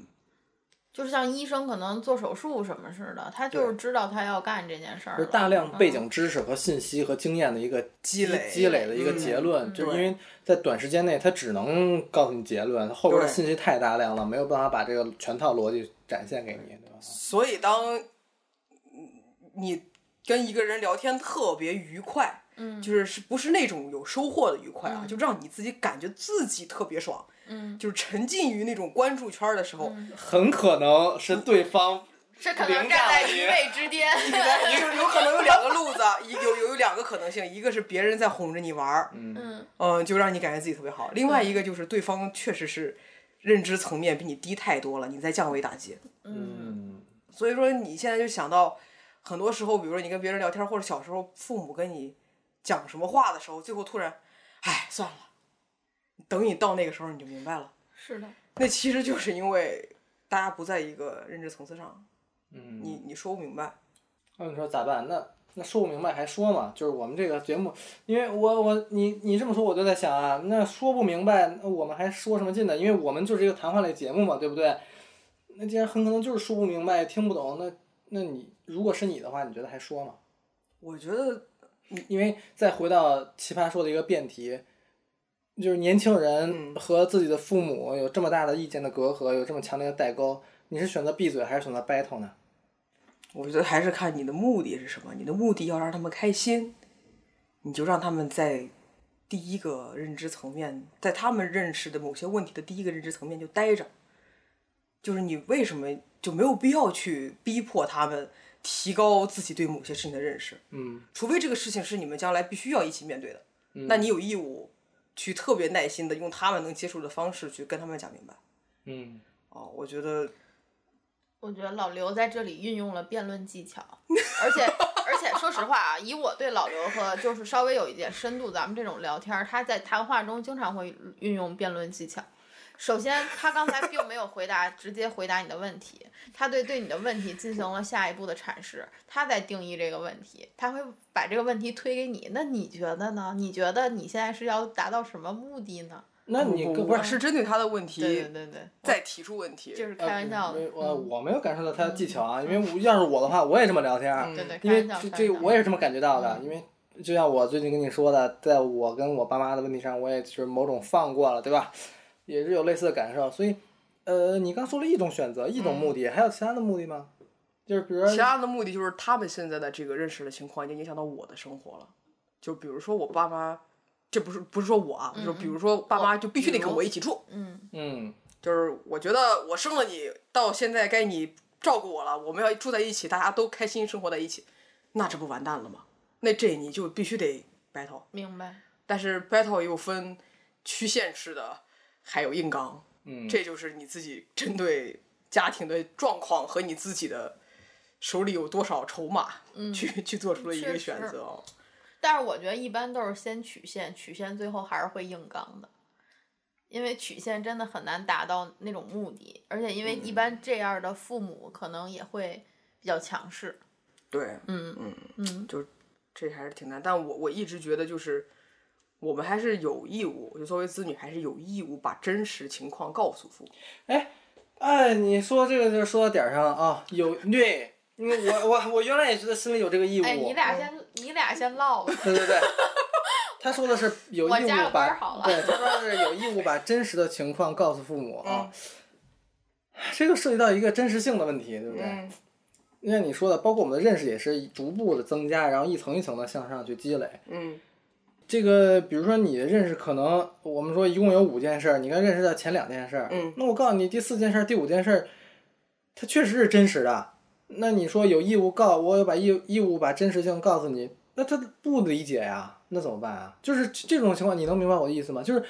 [SPEAKER 3] 就是像医生可能做手术什么似的，他就是知道他要干这件事儿
[SPEAKER 1] 就
[SPEAKER 3] 了。
[SPEAKER 1] 是大
[SPEAKER 2] 嗯
[SPEAKER 1] 量背景知识和信息和经验的一个积
[SPEAKER 2] 累
[SPEAKER 1] 积累的一个结论，就是因为在短时间内它只能告诉你结论，后边的
[SPEAKER 2] 对
[SPEAKER 1] 信息太大量了，没有办法把这个全套逻辑展现给你，对吧？
[SPEAKER 2] 所以当嗯你跟一个人聊天特别愉快，
[SPEAKER 3] 嗯
[SPEAKER 2] 就是是不是那种有收获的愉快啊，就让你自己感觉自己特别爽，
[SPEAKER 3] 嗯，
[SPEAKER 2] 就是沉浸于那种关注圈儿的时候，
[SPEAKER 1] 很可能是对方
[SPEAKER 3] 是可能站在一位 之巅。
[SPEAKER 2] 就是有可能有两个路子，一有有有两个可能性，一个是别人在哄着你玩儿，
[SPEAKER 3] 嗯
[SPEAKER 2] 嗯，就让你感觉自己特别好；，另外一个就是对方确实是认知层面比你低太多了，你在降维打击。
[SPEAKER 1] 嗯
[SPEAKER 2] 所以说你现在就想到，很多时候，比如说你跟别人聊天，或者小时候父母跟你讲什么话的时候，最后突然，哎，算了，等你到那个时候你就明白了。
[SPEAKER 3] 是的，
[SPEAKER 2] 那其实就是因为大家不在一个认知层次上，
[SPEAKER 1] 嗯，
[SPEAKER 2] 你你说不明白。
[SPEAKER 1] 那你说咋办？那那说不明白还说嘛？就是我们这个节目，因为我我你你这么说，我就在想啊，那说不明白，那我们还说什么劲呢？因为我们就是一个谈话类节目嘛，对不对？那既然很可能就是说不明白、听不懂，那那你如果是你的话，你觉得还说吗？
[SPEAKER 2] 我觉得
[SPEAKER 1] 因为再回到《奇葩说》的一个辩题，就是年轻人
[SPEAKER 2] 嗯
[SPEAKER 1] 和自己的父母有这么大的意见的隔阂，有这么强烈的代沟，你是选择闭嘴还是选择 battle 呢？
[SPEAKER 2] 我觉得还是看你的目的是什么。你的目的要让他们开心，你就让他们在第一个认知层面，在他们认识的某些问题的第一个认知层面就待着。就是你为什么就没有必要去逼迫他们提高自己对某些事情的认识？
[SPEAKER 1] 嗯
[SPEAKER 2] 除非这个事情是你们将来必须要一起面对的，那你有义务去特别耐心的用他们能接受的方式去跟他们讲明白。
[SPEAKER 1] 嗯，
[SPEAKER 2] 哦，我觉得
[SPEAKER 3] 我觉得老刘在这里运用了辩论技巧， 而且而且说实话啊，以我对老刘和就是稍微有一点深度，咱们这种聊天儿，他在谈话中经常会运用辩论技巧。首先，他刚才并没有回答，直接回答你的问题，他对对你的问题进行了下一步的阐释，他在定义这个问题，他会把这个问题推给你。那你觉得呢？你觉得你现在是要达到什么目的呢？
[SPEAKER 1] 那你
[SPEAKER 2] 不
[SPEAKER 1] 更不
[SPEAKER 2] 我
[SPEAKER 1] 是
[SPEAKER 2] 是针对他的问题
[SPEAKER 3] 对对对对，
[SPEAKER 2] 再提出问题，
[SPEAKER 3] 就是开
[SPEAKER 1] 呃
[SPEAKER 3] 玩笑的
[SPEAKER 1] 没。我
[SPEAKER 3] 嗯
[SPEAKER 1] 我没有感受到他的技巧啊，因为我要是我的话，我也这么聊天儿，
[SPEAKER 2] 嗯
[SPEAKER 3] 对对，开
[SPEAKER 1] 因为
[SPEAKER 3] 玩笑。
[SPEAKER 1] 这
[SPEAKER 3] 开
[SPEAKER 1] 这
[SPEAKER 3] 玩笑嗯
[SPEAKER 1] 我也是这么感觉到的，因为就像我最近跟你说的，在我跟我爸妈的问题上，我也是某种放过了，对吧？也
[SPEAKER 3] 嗯
[SPEAKER 1] 是有类似的感受，所以，呃，你刚说了一种选择，一种目的，还有其他的目的吗？就是比如
[SPEAKER 2] 其
[SPEAKER 1] 说，
[SPEAKER 2] 他的目的就是他们现在的这个认识的情况已经影响到我的生活了。就比如说我爸妈，这不是不是说我啊，就比如说爸妈就必须得跟我一起住，
[SPEAKER 3] 嗯，
[SPEAKER 1] 嗯，
[SPEAKER 2] 就是我觉得我生了你，到现在该你照顾我了，我们要住在一起，大家都开心生活在一起，那这不完蛋了吗？那这你就必须得 battle，
[SPEAKER 3] 明白。
[SPEAKER 2] 但是 battle 又分曲线式的，还有硬刚，
[SPEAKER 1] 嗯
[SPEAKER 2] 这就是你自己针对家庭的状况和你自己的手里有多少筹码
[SPEAKER 3] 嗯
[SPEAKER 2] 去、去做出了一
[SPEAKER 3] 确
[SPEAKER 2] 个
[SPEAKER 3] 实
[SPEAKER 2] 选择哦。
[SPEAKER 3] 但是我觉得一般都是先曲线，曲线最后还是会硬刚的，因为曲线真的很难达到那种目的，而且因为一般这样的父母可能也会比较强势。
[SPEAKER 2] 对，
[SPEAKER 3] 嗯
[SPEAKER 2] 嗯，
[SPEAKER 3] 嗯
[SPEAKER 2] 这还是挺难。但我我一直觉得就是。我们还是有义务，就作为子女还是有义务把真实情况告诉父母。
[SPEAKER 1] 哎，你说这个就说到点儿上了啊，有对，嗯我我我原来也觉得心里有这个义务，
[SPEAKER 3] 哎，你俩先，你俩先唠吧。
[SPEAKER 1] 对对对，他说的是有义
[SPEAKER 3] 我加
[SPEAKER 1] 务
[SPEAKER 3] 个班儿好
[SPEAKER 1] 把对，
[SPEAKER 3] 了
[SPEAKER 1] 他说的是有义务把真实的情况告诉父母啊。这就涉及到一个真实性的问题，对不对？
[SPEAKER 2] 嗯，
[SPEAKER 1] 就像你说的，包括我们的认识也是逐步的增加，然后一层一层的向上去积累。
[SPEAKER 2] 嗯，
[SPEAKER 1] 这个，比如说你的认识，可能我们说一共有五件事儿，你刚认识到前两件事儿，
[SPEAKER 2] 嗯
[SPEAKER 1] 那我告诉你，第四件事儿、第五件事儿，它确实是真实的。那你说有义务告，我有把义义务把真实性告诉你，那他不理解呀，那怎么办啊？就是这种情况，你能明白我的意思吗？就是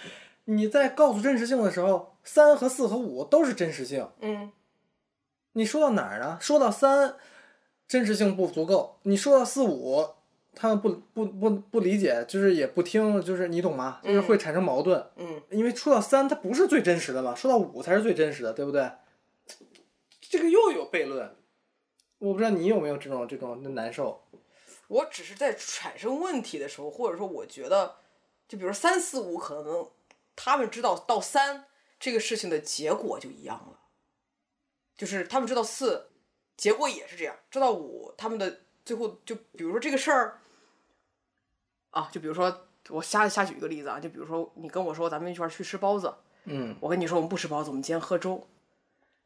[SPEAKER 1] 你在告诉真实性的时候，三和四和五都是真实性，
[SPEAKER 2] 嗯，
[SPEAKER 1] 你说到哪儿呢？说到三，真实性不足够；你说到四五，他们不不不不理解，就是也不听，就是你懂吗？就是会产生矛盾。
[SPEAKER 2] 嗯，
[SPEAKER 1] 因为说到三，它不是最真实的嘛，说到五才是最真实的，对不对？这个又有悖论，我不知道你有没有这种这种难受。
[SPEAKER 2] 我只是在产生问题的时候，或者说我觉得，就比如三四五，可能他们知道到三这个事情的结果就一样了，就是他们知道四结果也是这样，知道五他们的最后就比如说这个事儿啊，就比如说我瞎瞎举一个例子啊，就比如说你跟我说咱们一块儿去吃包子，
[SPEAKER 1] 嗯
[SPEAKER 2] 我跟你说，我们不吃包子，我们今天喝粥。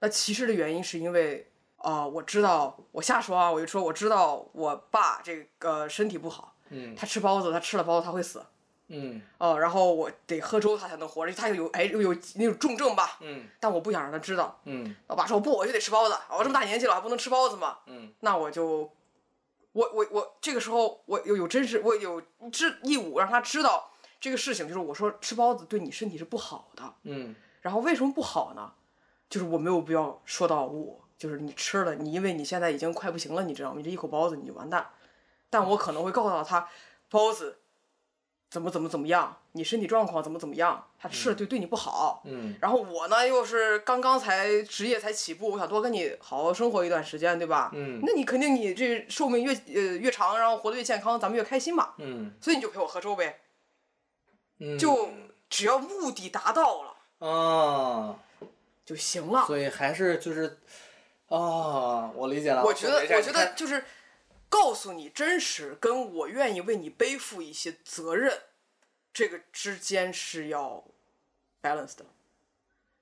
[SPEAKER 2] 那歧视的原因是因为，啊，我知道，我瞎说啊，我就说我知道我爸这个身体不好，
[SPEAKER 1] 嗯
[SPEAKER 2] 他吃包子，他吃了包子他会死，
[SPEAKER 1] 嗯
[SPEAKER 2] 哦、然后我得喝粥他才能活着，他有哎有有那种重症吧，
[SPEAKER 1] 嗯
[SPEAKER 2] 但我不想让他知道。
[SPEAKER 1] 嗯
[SPEAKER 2] 我爸说不，我就得吃包子，我这么大年纪了还不能吃包子吗？
[SPEAKER 1] 嗯
[SPEAKER 2] 那我就，我我我这个时候我有有真实我有知义务让他知道这个事情，就是我说吃包子对你身体是不好的，
[SPEAKER 1] 嗯
[SPEAKER 2] 然后为什么不好呢？就是我没有必要说到我，就是你吃了，你因为你现在已经快不行了，你知道吗？你这一口包子你就完蛋。但我可能会告诉到他，包子怎么怎么怎么样，你身体状况怎么怎么样，他吃了对对你不好。
[SPEAKER 1] 嗯
[SPEAKER 2] 然后我呢又是刚刚才职业才起步，我想多跟你好好生活一段时间，对吧？
[SPEAKER 1] 嗯
[SPEAKER 2] 那你肯定你这寿命越呃越长，然后活得越健康，咱们越开心嘛。
[SPEAKER 1] 嗯
[SPEAKER 2] 所以你就陪我喝粥呗，
[SPEAKER 1] 嗯，
[SPEAKER 2] 就只要目的达到了
[SPEAKER 1] 啊，
[SPEAKER 2] 就行了。
[SPEAKER 1] 所以还是就是啊，我理解了。
[SPEAKER 2] 我觉得，
[SPEAKER 1] 没事
[SPEAKER 2] 我觉
[SPEAKER 1] 你
[SPEAKER 2] 得
[SPEAKER 1] 看
[SPEAKER 2] 就是告诉你真实，跟我愿意为你背负一些责任，这个之间是要 balance 的。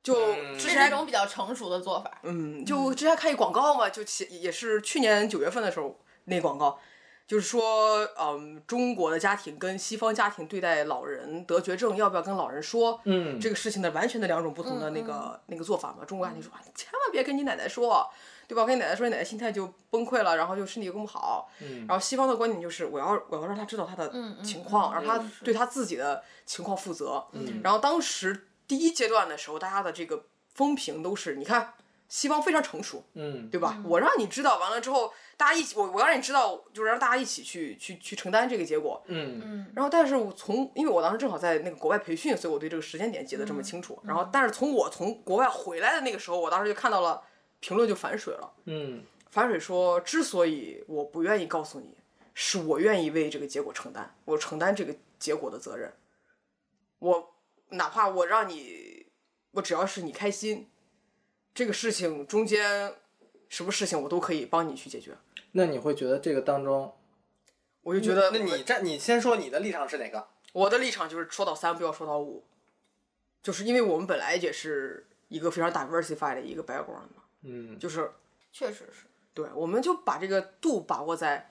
[SPEAKER 2] 就之
[SPEAKER 3] 这是一
[SPEAKER 2] 前，
[SPEAKER 3] 种比较成熟的做法。
[SPEAKER 2] 嗯，就之前看一广告嘛，就其也是去年九月份的时候那广告，就是说，嗯，中国的家庭跟西方家庭对待老人得绝症要不要跟老人说，
[SPEAKER 1] 嗯
[SPEAKER 2] 这个事情的完全的两种不同的那个、那个做法嘛。中国家庭说，啊，你千万别跟你奶奶说，对吧？我跟你奶奶说，你奶奶心态就崩溃了，然后就身体又更不好。
[SPEAKER 1] 嗯
[SPEAKER 2] 然后西方的观点就是，我要我要让她知道她的
[SPEAKER 3] 嗯嗯
[SPEAKER 2] 情况，让
[SPEAKER 3] 嗯
[SPEAKER 2] 她
[SPEAKER 3] 是是
[SPEAKER 2] 对她自己的情况负责。
[SPEAKER 1] 嗯
[SPEAKER 2] 然后当时第一阶段的时候，大家的这个风评都是，你看西方非常成熟，
[SPEAKER 1] 嗯
[SPEAKER 2] 对吧？我让你知道完了之后，大家一起，我我要让你知道，就是让大家一起去去去承担这个结果。
[SPEAKER 1] 嗯
[SPEAKER 3] 嗯
[SPEAKER 2] 然后，但是我从因为我当时正好在那个国外培训，所以我对这个时间点记得
[SPEAKER 1] 嗯
[SPEAKER 2] 这么清楚。然后，但是从我从国外回来的那个时候，我当时就看到了评论就反水了。
[SPEAKER 1] 嗯
[SPEAKER 2] 反水说，之所以我不愿意告诉你，是我愿意为这个结果承担，我承担这个结果的责任。我哪怕我让你，我只要是你开心，这个事情中间什么事情我都可以帮你去解决。
[SPEAKER 1] 那你会觉得这个当中，
[SPEAKER 2] 我就觉得，
[SPEAKER 1] 那你站，你先说你的立场是哪个？
[SPEAKER 2] 我的立场就是说到三不要说到五，就是因为我们本来也是一个非常 diversified 的一个 background 嘛，
[SPEAKER 1] 嗯
[SPEAKER 2] 就是
[SPEAKER 3] 确实是。
[SPEAKER 2] 对，我们就把这个度把握在，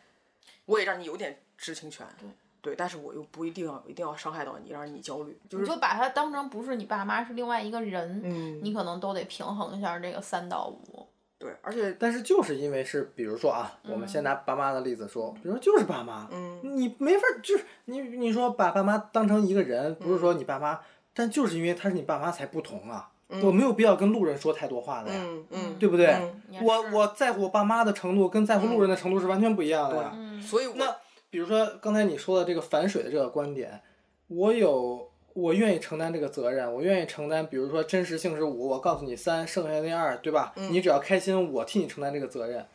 [SPEAKER 2] 我也让你有点知情权，
[SPEAKER 3] 对
[SPEAKER 2] 对，但是我又不一定要一定要伤害到你，让你焦虑，就
[SPEAKER 3] 你
[SPEAKER 2] 是
[SPEAKER 3] 就把他当成不是你爸妈，是另外一个人，
[SPEAKER 2] 嗯
[SPEAKER 3] 你可能都得平衡一下这个三到五。
[SPEAKER 2] 对，而且
[SPEAKER 1] 但是就是因为是，比如说啊，我们先拿爸妈的例子说，比如说就是爸妈，你没法就是你你说把爸妈当成一个人，不是说你爸妈，但就是因为他是你爸妈才不同啊，我没有必要跟路人说太多话的呀，
[SPEAKER 2] 嗯嗯，
[SPEAKER 1] 对不对？
[SPEAKER 2] 嗯
[SPEAKER 3] 也
[SPEAKER 1] 我
[SPEAKER 3] 是
[SPEAKER 1] 我在乎我爸妈的程度跟在乎路人的程度是完全不一样的呀。
[SPEAKER 3] 嗯
[SPEAKER 2] 所以我
[SPEAKER 1] 那比如说刚才你说的这个反水的这个观点，我有我愿意承担这个责任，我愿意承担，比如说真实性是五，我告诉你三，剩下那二，对吧？
[SPEAKER 2] 嗯
[SPEAKER 1] 你只要开心，我替你承担这个责任。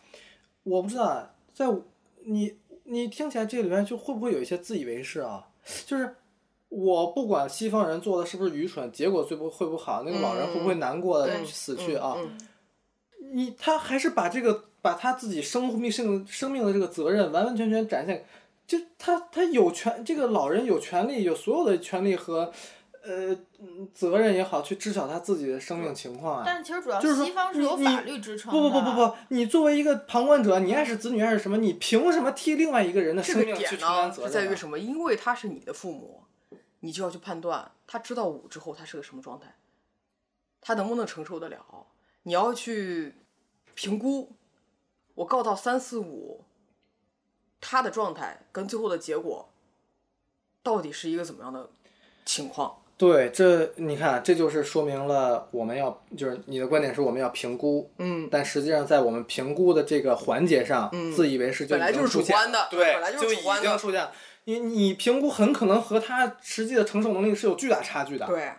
[SPEAKER 1] 我不知道啊，在我你你听起来这里面就会不会有一些自以为是啊？就是我不管西方人做的是不是愚蠢，结果最不会不好，那个老人会不会难过的
[SPEAKER 2] 嗯对
[SPEAKER 1] 死去啊？
[SPEAKER 2] 嗯
[SPEAKER 1] 你他还是把这个把他自己生命生生命的这个责任完完全全展现，就他他有权，这个老人有权利，有所有的权利和呃嗯责任也好，去知晓他自己的生命情况啊。
[SPEAKER 3] 但其实主要
[SPEAKER 1] 就是说
[SPEAKER 3] 西方是
[SPEAKER 1] 你
[SPEAKER 3] 有
[SPEAKER 1] 你
[SPEAKER 3] 法律支撑
[SPEAKER 1] 不
[SPEAKER 3] 的。
[SPEAKER 1] 不不不不，你作为一个旁观者，你爱是子女爱是什么，你凭什么替另外一个人的
[SPEAKER 2] 这
[SPEAKER 1] 生
[SPEAKER 2] 个
[SPEAKER 1] 命去
[SPEAKER 2] 点
[SPEAKER 1] 承担
[SPEAKER 2] 呢
[SPEAKER 1] 责
[SPEAKER 2] 是
[SPEAKER 1] 任、啊？
[SPEAKER 2] 在于什么？因为他是你的父母，你就要去判断他知道五之后他是个什么状态，他能不能承受得了，你要去评估。我告到三四五，他的状态跟最后的结果到底是一个怎么样的情况？
[SPEAKER 1] 对，这你看，啊这就是说明了我们要，就是你的观点是我们要评估，
[SPEAKER 2] 嗯，
[SPEAKER 1] 但实际上在我们评估的这个环节上，自以为是就
[SPEAKER 2] 本来
[SPEAKER 1] 已经
[SPEAKER 2] 就是主
[SPEAKER 1] 出现
[SPEAKER 2] 观的
[SPEAKER 1] 了对，
[SPEAKER 2] 本来就
[SPEAKER 1] 就是
[SPEAKER 2] 主观
[SPEAKER 1] 已经
[SPEAKER 2] 的
[SPEAKER 1] 出现了。你你评估很可能和他实际的承受能力是有巨大差距的，
[SPEAKER 2] 对，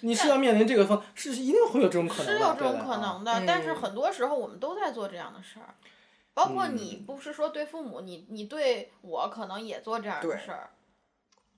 [SPEAKER 1] 你是要面临这个方，是是一定会有这种可能的，
[SPEAKER 3] 是有这
[SPEAKER 1] 对
[SPEAKER 3] 种
[SPEAKER 1] 的
[SPEAKER 3] 可
[SPEAKER 1] 啊
[SPEAKER 3] 能的，但
[SPEAKER 2] 嗯
[SPEAKER 3] 是很多时候我们都在做这样的事儿，包括你不是说对父母，你你对我可能也做这样的
[SPEAKER 2] 对
[SPEAKER 3] 事儿，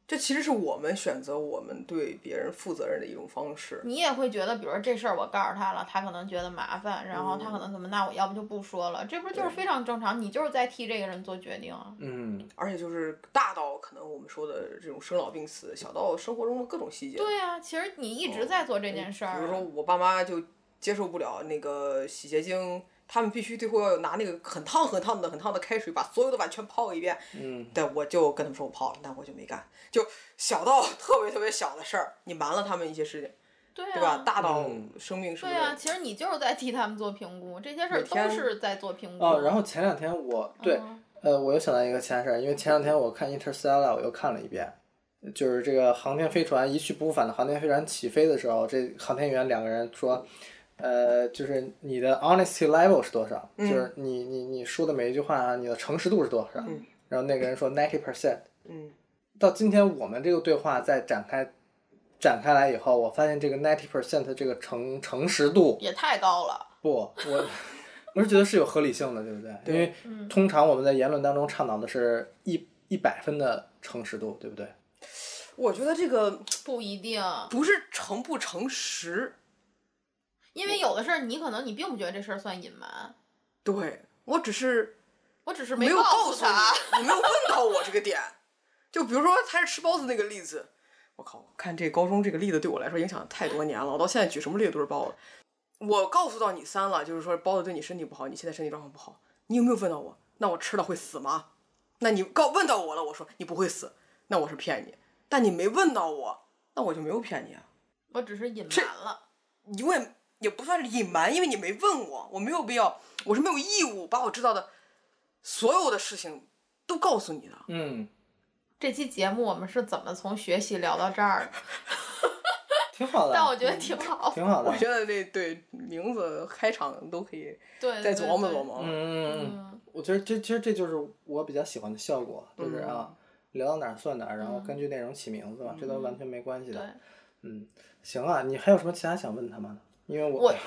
[SPEAKER 2] 这其实是我们选择我们对别人负责任的一种方式。
[SPEAKER 3] 你也会觉得，比如说这事儿我告诉他了，他可能觉得麻烦，然后
[SPEAKER 2] 嗯
[SPEAKER 3] 他可能怎么，那我要不就不说了，这不就是非常正常？你就是在替这个人做决定啊。
[SPEAKER 1] 嗯，
[SPEAKER 2] 而且就是大到可能我们说的这种生老病死，小到生活中的各种细节。
[SPEAKER 3] 对呀、啊，其实你一直在做这件事儿啊。
[SPEAKER 2] 哦比如说我爸妈就接受不了那个洗洁精，他们必须最后要拿那个很烫很烫的很烫的开水把所有的碗全泡一遍。嗯，但我就跟他们说我泡了，但我就没干。就小到 特别特别小的事儿，你瞒了他们一些事情，
[SPEAKER 3] 对
[SPEAKER 2] 对吧？
[SPEAKER 3] 啊，
[SPEAKER 2] 大到
[SPEAKER 1] 嗯
[SPEAKER 2] 生命什么
[SPEAKER 3] 对
[SPEAKER 2] 的，
[SPEAKER 3] 啊，其实你就是在替他们做评估，这些事儿
[SPEAKER 2] 每天
[SPEAKER 3] 都是在做评估。嗯
[SPEAKER 1] 哦，然后前两天我
[SPEAKER 3] 哦
[SPEAKER 1] 对，呃，我又想到一个其他事儿，因为前两天我看《Interstellar》，我又看了一遍，就是这个航天飞船一去不复返的航天飞船起飞的时候，这航天员两个人说，呃，就是你的 honesty level 是多少？就是你你你说的每一句话、啊，你的诚实度是多少？然后那个人说 ninety percent。
[SPEAKER 2] 嗯，
[SPEAKER 1] 到今天我们这个对话再展开展开来以后，我发现这个 ninety percent 这个诚诚实度，
[SPEAKER 3] 也太高了，
[SPEAKER 1] 不，我我是觉得是有合理性的，对不对？
[SPEAKER 2] 对
[SPEAKER 1] 因为通常我们在言论当中倡导的是一一百分的诚实度，对不对？
[SPEAKER 2] 我觉得这个
[SPEAKER 3] 不一定，
[SPEAKER 2] 不是诚不诚实，
[SPEAKER 3] 因为有的事儿你可能你并不觉得这事儿算隐瞒，
[SPEAKER 2] 对我只是
[SPEAKER 3] 我只是
[SPEAKER 2] 没有
[SPEAKER 3] 告
[SPEAKER 2] 告
[SPEAKER 3] 诉
[SPEAKER 2] 诉你，你没有问到我这个点。就比如说他是吃包子那个例子，我靠，看这高中这个例子对我来说影响太多年了，我到现在举什么例子都是包子。我告诉到你三了，就是说包子对你身体不好，你现在身体状况不好，你有没有问到我？那我吃了会死吗？那你告问到我了，我说你不会死，那我是骗你，但你没问到我，那我就没有骗你啊。
[SPEAKER 3] 我只是隐
[SPEAKER 2] 这
[SPEAKER 3] 瞒了。
[SPEAKER 2] 因为也不算是隐瞒，因为你没问我，我没有必要，我是没有义务把我知道的所有的事情都告诉你的。
[SPEAKER 1] 嗯，
[SPEAKER 3] 这期节目我们是怎么从学习聊到这 儿的？
[SPEAKER 1] 挺好
[SPEAKER 2] 嗯
[SPEAKER 1] 的，
[SPEAKER 3] 但我觉得挺好，
[SPEAKER 1] 挺好的
[SPEAKER 2] 我。觉得这对名字开场都可以
[SPEAKER 3] 对，
[SPEAKER 2] 再
[SPEAKER 3] 对
[SPEAKER 2] 琢磨
[SPEAKER 3] 对
[SPEAKER 2] 琢磨。
[SPEAKER 1] 嗯嗯嗯，
[SPEAKER 3] 嗯，
[SPEAKER 1] 我觉得这其实这就是我比较喜欢的效果，就是啊，聊到哪儿算哪儿，然后根据内容起名字嘛，这都完全没关系
[SPEAKER 3] 对
[SPEAKER 1] 的。嗯，行啊，你还有什么其他想问他们的？因为我
[SPEAKER 3] 我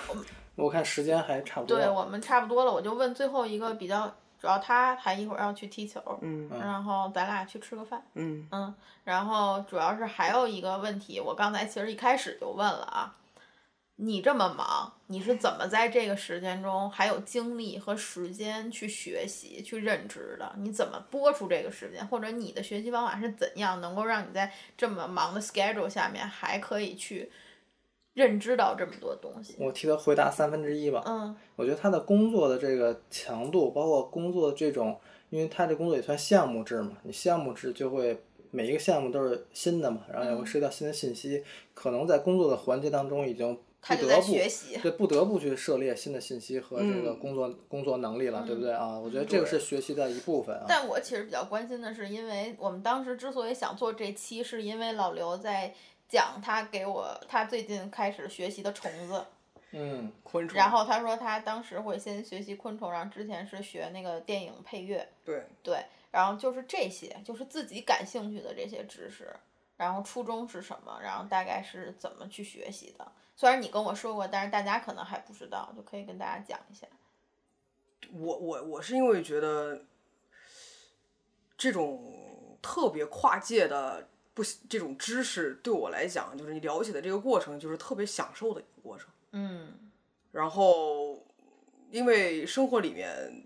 [SPEAKER 1] 我看时间还差不多。
[SPEAKER 3] 对我们差不多了，我就问最后一个比较主要，他还一会儿要去踢球，
[SPEAKER 2] 嗯
[SPEAKER 3] 然后咱俩去吃个饭，
[SPEAKER 2] 嗯
[SPEAKER 3] 嗯，然后主要是还有一个问题，我刚才其实一开始就问了啊，你这么忙，你是怎么在这个时间中还有精力和时间去学习、去认知的？你怎么播出这个时间，或者你的学习方法是怎样能够让你在这么忙的 schedule 下面还可以去认知到这么多东西。
[SPEAKER 1] 我替他回答三分之一吧。
[SPEAKER 3] 嗯
[SPEAKER 1] 我觉得他的工作的这个强度，包括工作这种，因为他这工作也算项目制嘛，你项目制就会每一个项目都是新的嘛，然后
[SPEAKER 3] 嗯
[SPEAKER 1] 也会涉及到新的信息，可能在工作的环节当中已经不
[SPEAKER 3] 他就
[SPEAKER 1] 得
[SPEAKER 3] 在
[SPEAKER 1] 不
[SPEAKER 3] 学习
[SPEAKER 1] 对不得不去涉猎新的信息和这个
[SPEAKER 2] 嗯
[SPEAKER 1] 工作、工作能力了，对不对啊？我觉得这个是学习的一部分啊。
[SPEAKER 3] 嗯但我其实比较关心的是，因为我们当时之所以想做这期，是因为老刘在讲他给我他最近开始学习的虫子，
[SPEAKER 1] 嗯
[SPEAKER 2] 昆虫。
[SPEAKER 3] 然后他说他当时会先学习昆虫，然后之前是学那个电影配乐，
[SPEAKER 2] 对，
[SPEAKER 3] 对，然后就是这些，就是自己感兴趣的这些知识，然后初衷是什么，然后大概是怎么去学习的。虽然你跟我说过，但是大家可能还不知道，就可以跟大家讲一下。
[SPEAKER 2] 我我我是因为觉得这种特别跨界的不这种知识对我来讲，就是你了解的这个过程，就是特别享受的一个过程。
[SPEAKER 3] 嗯
[SPEAKER 2] 然后，因为生活里面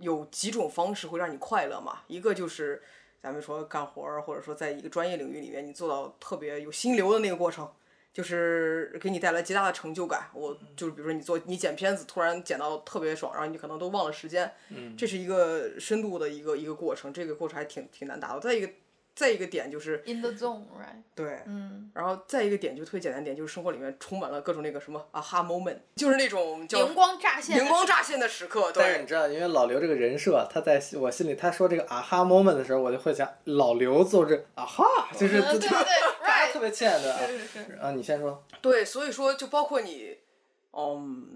[SPEAKER 2] 有几种方式会让你快乐嘛，一个就是咱们说干活儿，或者说在一个专业领域里面，你做到特别有心流的那个过程，就是给你带来极大的成就感。我就是比如说你做你剪片子，突然剪到特别爽，然后你可能都忘了时间，
[SPEAKER 1] 嗯
[SPEAKER 2] 这是一个深度的一个一个过程，这个过程还挺挺难达到。再一个，再一个点就是
[SPEAKER 3] ，in the zone，right？
[SPEAKER 2] 对，
[SPEAKER 3] 嗯，
[SPEAKER 2] 然后再一个点就特别简单点，就是生活里面充满了各种那个什么啊哈 moment，就是那种叫
[SPEAKER 3] 灵光乍现的时刻，
[SPEAKER 2] 灵光乍现的时刻，
[SPEAKER 1] 但是你
[SPEAKER 2] 对
[SPEAKER 1] 知道，因为老刘这个人设，他在我心里，他说这个啊哈 moment 的时候，我就会想老刘做这啊哈，就是
[SPEAKER 3] 嗯，对对对
[SPEAKER 1] 大家
[SPEAKER 3] ，right，
[SPEAKER 1] 特别欠的啊。
[SPEAKER 3] 是是是，
[SPEAKER 1] 啊，你先说。
[SPEAKER 2] 对，所以说就包括你，嗯，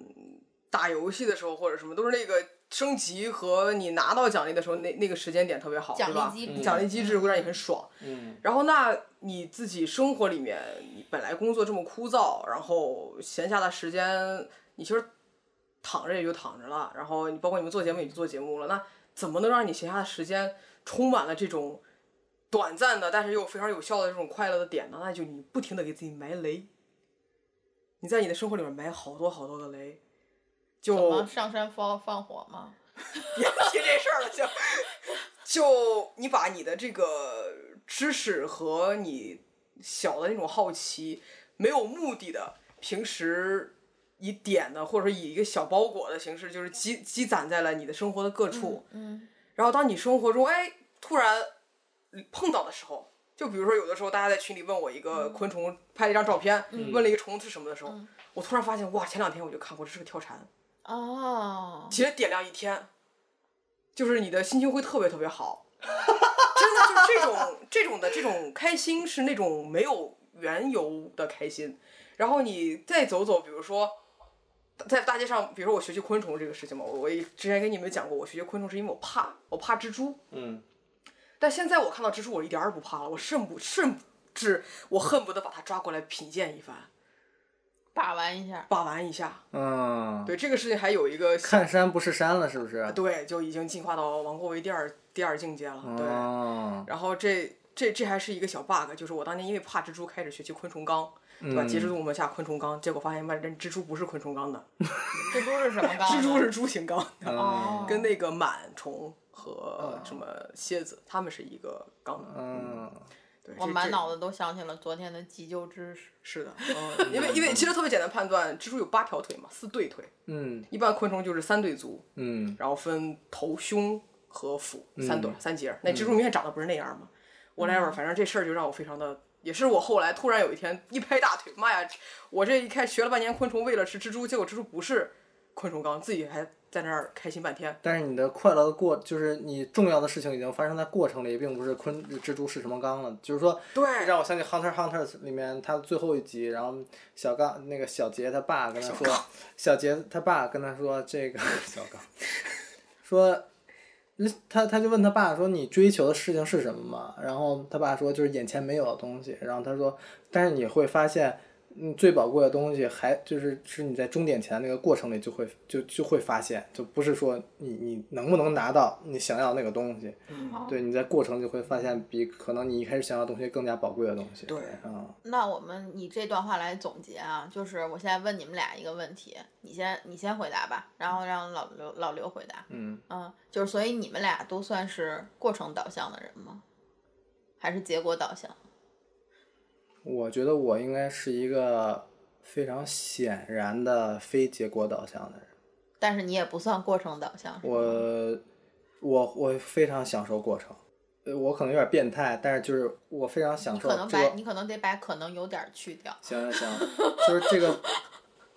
[SPEAKER 2] 打游戏的时候或者什么，都是那个升级和你拿到奖励的时候，那那个时间点特别好，
[SPEAKER 3] 奖
[SPEAKER 2] 对吧
[SPEAKER 3] 励机？制
[SPEAKER 2] 奖励机制会让你很爽。
[SPEAKER 1] 嗯
[SPEAKER 2] 然后那你自己生活里面，你本来工作这么枯燥，然后闲暇的时间，你其实躺着也就躺着了，然后你包括你们做节目也就做节目了，那怎么能让你闲暇的时间充满了这种短暂的，但是又非常有效的这种快乐的点呢？那就你不停的给自己埋雷，你在你的生活里面埋好多好多的雷，
[SPEAKER 3] 怎么
[SPEAKER 2] 就
[SPEAKER 3] 上山放放火吗？
[SPEAKER 2] 别提这事儿了，就 就你把你的这个知识和你小的那种好奇，没有目的的，平时以点的或者说以一个小包裹的形式，就是积积攒在了你的生活的各处。
[SPEAKER 3] 嗯
[SPEAKER 2] 然后当你生活中哎突然碰到的时候，就比如说有的时候大家在群里问我一个昆虫，拍了一张照片，问了一个虫子是什么的时候，
[SPEAKER 3] 嗯
[SPEAKER 2] 我突然发现哇，前两天我就看过这是个跳蝉。
[SPEAKER 3] 哦，
[SPEAKER 2] 其实点亮一天，就是你的心情会特别特别好， 真的就是这种这种的这种开心是那种没有缘由的开心。然后你再走走，比如说在大街上，比如说我学习昆虫这个事情嘛，我我也之前跟你们讲过，我学习昆虫是因为我怕，我怕蜘蛛。
[SPEAKER 1] 嗯
[SPEAKER 2] 但现在我看到蜘蛛，我一点儿也不怕了，我甚不甚至我恨不得把它抓过来品鉴一番，
[SPEAKER 3] 把玩一下，
[SPEAKER 2] 把玩一下。
[SPEAKER 1] 嗯，
[SPEAKER 2] 对这个事情还有一个
[SPEAKER 1] 看山不是山了，是不是？
[SPEAKER 2] 对，就已经进化到王国维第二第二境界了。对，
[SPEAKER 1] 哦，
[SPEAKER 2] 然后这这这还是一个小 bug，就是我当年因为怕蜘蛛，开始学习昆虫纲，对吧？
[SPEAKER 1] 嗯
[SPEAKER 2] 结蜘蛛网下昆虫纲，结果发现妈人蜘蛛不是昆虫纲的，
[SPEAKER 3] 蜘蛛是什么纲？
[SPEAKER 2] 蜘蛛是蛛形纲，
[SPEAKER 3] 哦，
[SPEAKER 2] 跟那个螨虫
[SPEAKER 1] 哦
[SPEAKER 2] 和什么蝎子，它们是一个纲的。
[SPEAKER 1] 嗯，
[SPEAKER 2] 对，
[SPEAKER 3] 我
[SPEAKER 2] 这
[SPEAKER 3] 满
[SPEAKER 2] 这
[SPEAKER 3] 脑子都想起了昨天的急救知识。
[SPEAKER 2] 是的，嗯，因为因为其实特别简单判断，蜘蛛有八条腿嘛，四对腿，
[SPEAKER 1] 嗯
[SPEAKER 2] 一般昆虫就是三对足，
[SPEAKER 1] 嗯
[SPEAKER 2] 然后分头、胸和腹三段、三节儿。
[SPEAKER 1] 嗯
[SPEAKER 2] 那蜘蛛明显长得不是那样嘛，whatever，反正这事儿就让我非常的，也是我后来突然有一天一拍大腿，妈呀！我这一开学了半年昆虫，为了吃蜘蛛，结果蜘蛛不是昆虫纲，自己还在那儿开心半天。
[SPEAKER 1] 但是你的快乐的过，就是你重要的事情已经发生在过程里，并不是昆蜘蛛是什么纲了。就是说，哎
[SPEAKER 2] 对，
[SPEAKER 1] 让我想起《Hunter Hunter》里面他最后一集，然后小刚那个小杰他爸跟他说，小杰他爸跟他说这个小刚 说，那他他就问他爸说你追求的事情是什么嘛？然后他爸说就是眼前没有的东西。然后他说，但是你会发现。嗯，最宝贵的东西还就是是你在终点前那个过程里就会就就会发现，就不是说你你能不能拿到你想要那个东西，对，你在过程就会发现比可能你一开始想要的东西更加宝贵的东西。
[SPEAKER 2] 对
[SPEAKER 1] 嗯，
[SPEAKER 3] 那我们以这段话来总结啊，就是我现在问你们俩一个问题，你先你先回答吧，然后让老刘老刘回答。
[SPEAKER 1] 嗯，
[SPEAKER 3] 嗯，就是所以你们俩都算是过程导向的人吗？还是结果导向？
[SPEAKER 1] 我觉得我应该是一个非常显然的非结果导向的人。
[SPEAKER 3] 但是你也不算过程导向。
[SPEAKER 1] 我我我非常享受过程，呃，我可能有点变态，但是就是我非常享
[SPEAKER 3] 你
[SPEAKER 1] 受
[SPEAKER 3] 可能
[SPEAKER 1] 这
[SPEAKER 3] 把
[SPEAKER 1] 个。
[SPEAKER 3] 你可能得把可能有点儿去掉。
[SPEAKER 1] 行行行，就是这个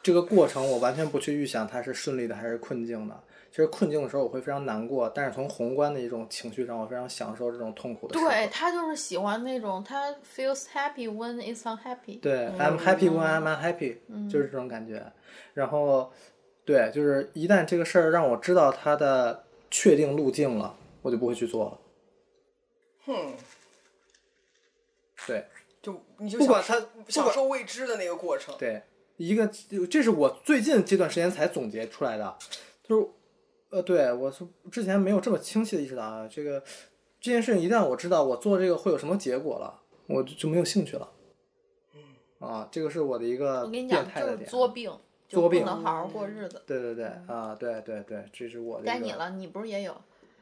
[SPEAKER 1] 这个过程，我完全不去预想它是顺利的还是困境的。其实困境的时候我会非常难过，但是从宏观的一种情绪上，我非常享受这种痛苦的时刻。
[SPEAKER 3] 对他就是喜欢那种他 feels happy when it's unhappy。
[SPEAKER 1] 对、i m happy when I'm unhappy，、就是这种感觉。然后，对，就是一旦这个事儿让我知道它的确定路径了，我就不会去做了。
[SPEAKER 2] 哼，
[SPEAKER 1] 对
[SPEAKER 2] 就你就
[SPEAKER 1] 不管
[SPEAKER 2] 享受
[SPEAKER 1] 他不管
[SPEAKER 2] 享受未知的那个过程。
[SPEAKER 1] 对，一个这是我最近这段时间才总结出来的，就是，呃，对我是之前没有这么清晰的意识到啊，这个这件事情一旦我知道我做这个会有什么结果了，我就就没有兴趣了。啊，这个是我的一个
[SPEAKER 3] 我跟
[SPEAKER 1] 变
[SPEAKER 3] 你讲，
[SPEAKER 1] 态
[SPEAKER 3] 就
[SPEAKER 1] 的
[SPEAKER 3] 是
[SPEAKER 1] 点。
[SPEAKER 3] 作病，就
[SPEAKER 1] 作
[SPEAKER 3] 不
[SPEAKER 1] 病
[SPEAKER 3] 能好好过日子。
[SPEAKER 1] 对对对啊，对对对，这是我的一个。
[SPEAKER 3] 该你了，你不是也有？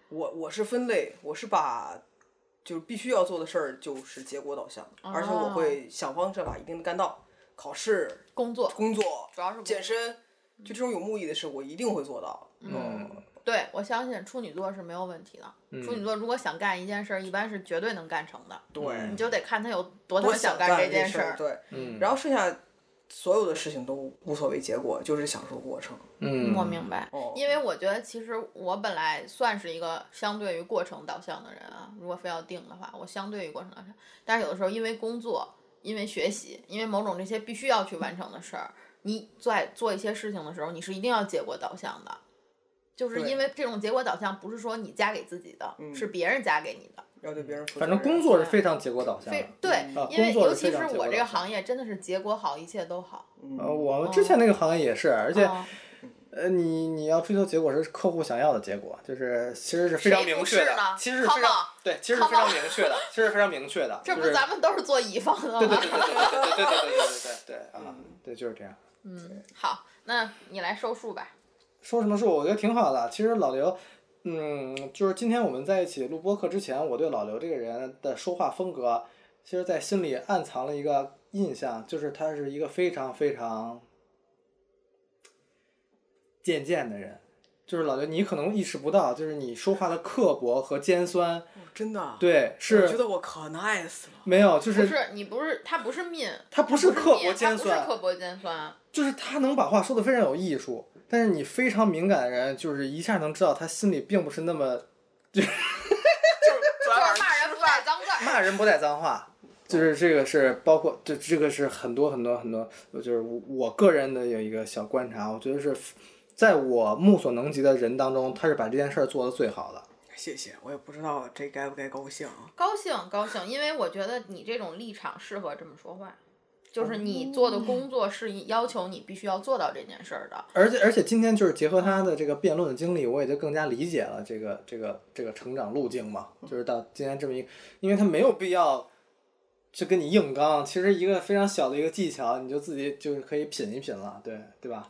[SPEAKER 2] 我我是分类，我是把就是必须要做的事儿就是结果导向，而且
[SPEAKER 1] 哦
[SPEAKER 2] 我会想方设法一定的干到。考试、
[SPEAKER 3] 工作
[SPEAKER 2] 工作、
[SPEAKER 3] 主要是工
[SPEAKER 2] 健身，就这种有目的的事，我一定会做到。
[SPEAKER 1] 嗯，
[SPEAKER 3] 对我相信处女座是没有问题的。处女座如果想干一件事儿，一般是绝对能干成的。
[SPEAKER 2] 对，
[SPEAKER 3] 你就得看他有多他
[SPEAKER 2] 我
[SPEAKER 3] 妈
[SPEAKER 2] 想
[SPEAKER 3] 干
[SPEAKER 2] 这
[SPEAKER 3] 件
[SPEAKER 2] 事
[SPEAKER 3] 儿。
[SPEAKER 2] 对，
[SPEAKER 1] 嗯
[SPEAKER 2] 然后剩下所有的事情都无所谓结果，就是享受过程。
[SPEAKER 1] 嗯，
[SPEAKER 3] 我明白，
[SPEAKER 2] 哦
[SPEAKER 3] 因为我觉得其实我本来算是一个相对于过程导向的人啊，如果非要定的话，我相对于过程导向，但是有的时候因为工作、因为学习、因为某种这些必须要去完成的事儿，你在做一些事情的时候，你是一定要结果导向的，就是
[SPEAKER 2] 对
[SPEAKER 3] 因为这种结果导向不是说你加给自己的，
[SPEAKER 1] 嗯
[SPEAKER 3] 是别人加给你的。
[SPEAKER 2] 要对别人负责
[SPEAKER 1] 反
[SPEAKER 2] 任。
[SPEAKER 1] 正工作是非常结果导向的
[SPEAKER 3] 非。对
[SPEAKER 1] 啊，
[SPEAKER 3] 因为
[SPEAKER 1] 工作
[SPEAKER 3] 尤
[SPEAKER 1] 是
[SPEAKER 3] 其
[SPEAKER 1] 非
[SPEAKER 3] 是
[SPEAKER 1] 常结
[SPEAKER 3] 我
[SPEAKER 1] 果
[SPEAKER 3] 这个
[SPEAKER 1] 导向
[SPEAKER 3] 行业，真的是结果好，一切都好。
[SPEAKER 2] 嗯
[SPEAKER 1] 呃，我
[SPEAKER 3] 哦
[SPEAKER 1] 们之前那个行业也是，而且、
[SPEAKER 3] 嗯
[SPEAKER 1] 呃，你你要追求结果是客户想要的结果，就是其实是非常
[SPEAKER 3] 谁不
[SPEAKER 1] 明确
[SPEAKER 3] 是
[SPEAKER 1] 的
[SPEAKER 3] 呢，
[SPEAKER 1] 其实是
[SPEAKER 3] Come
[SPEAKER 1] 非常
[SPEAKER 3] on
[SPEAKER 1] 对，其实是
[SPEAKER 3] Come
[SPEAKER 1] 非常明确的，其实是非常明确的，
[SPEAKER 3] 这不
[SPEAKER 1] 就是
[SPEAKER 3] 是咱们都是做乙方的吗？
[SPEAKER 1] 对对对对对对对对对对 对对
[SPEAKER 3] 嗯
[SPEAKER 1] 啊，对就是这样。
[SPEAKER 3] 好，那你来收数吧。
[SPEAKER 1] 说什么说，我觉得挺好的。其实老刘，嗯，就是今天我们在一起录播课之前，我对老刘这个人的说话风格，其实在心里暗藏了一个印象，就是他是一个非常非常渐渐的人。就是老刘，你可能意识不到，就是你说话的刻薄和尖酸，
[SPEAKER 2] 真的啊，
[SPEAKER 1] 对，
[SPEAKER 2] 我觉
[SPEAKER 1] 是
[SPEAKER 2] 得我可 nice 了。
[SPEAKER 1] 没有，就
[SPEAKER 3] 不
[SPEAKER 1] 是
[SPEAKER 3] 是你不是他不是 mean，
[SPEAKER 1] 他不是刻薄尖酸
[SPEAKER 3] 他不是刻薄尖酸，
[SPEAKER 1] 就是他能把话说的非常有艺术，但是你非常敏感的人，就是一下能知道他心里并不是那么
[SPEAKER 2] 昨
[SPEAKER 3] 就
[SPEAKER 2] 天晚上
[SPEAKER 3] 是骂人不带脏字 儿。
[SPEAKER 1] 骂人不带脏话，就是这个是包括这这个是很多很多很多，就是我我个人的有一个小观察，我觉得是在我目所能及的人当中，他是把这件事儿做得最好的。
[SPEAKER 2] 谢谢，我也不知道这该不该高兴啊。
[SPEAKER 3] 高兴高兴，因为我觉得你这种立场适合这么说话，就是你做的工作是要求你必须要做到这件事儿的。
[SPEAKER 1] 而且而且今天就是结合他的这个辩论的经历，我也就更加理解了这个这个这个成长路径嘛，就是到今天这么一个，因为他没有必要去跟你硬刚，其实一个非常小的一个技巧，你就自己就是可以品一品了，对对吧？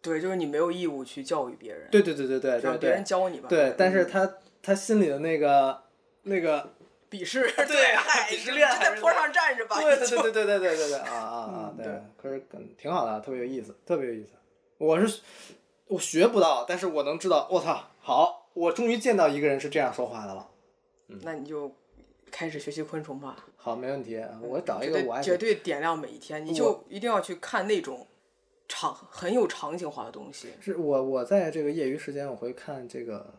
[SPEAKER 2] 对，就是你没有义务去教育别人，
[SPEAKER 1] 对对对对对对
[SPEAKER 2] 让别人
[SPEAKER 1] 对，
[SPEAKER 2] 教你吧。嗯
[SPEAKER 1] 对，但是他他心里的那个那个，
[SPEAKER 2] 鄙视， 对， 嗨，
[SPEAKER 1] 啊鄙视链
[SPEAKER 2] 就
[SPEAKER 1] 还
[SPEAKER 2] 在
[SPEAKER 1] 是
[SPEAKER 2] 坡上站着吧。
[SPEAKER 1] 对对
[SPEAKER 2] 你就
[SPEAKER 1] 对对对对对对对啊啊啊！对
[SPEAKER 2] 对，
[SPEAKER 1] 可是嗯挺好的，特别有意思，特别有意思。我是我学不到，但是我能知道，我操，好，我终于见到一个人是这样说话的了。
[SPEAKER 2] 那你就开始学习昆虫吧。
[SPEAKER 1] 好，没问题，我找一
[SPEAKER 2] 嗯绝
[SPEAKER 1] 个
[SPEAKER 2] 对
[SPEAKER 1] 我爱
[SPEAKER 2] 绝
[SPEAKER 1] 的。
[SPEAKER 2] 对点亮每一天，你就一定要去看那种场很有场景化的东西。
[SPEAKER 1] 是我我在这个业余时间，我会看这个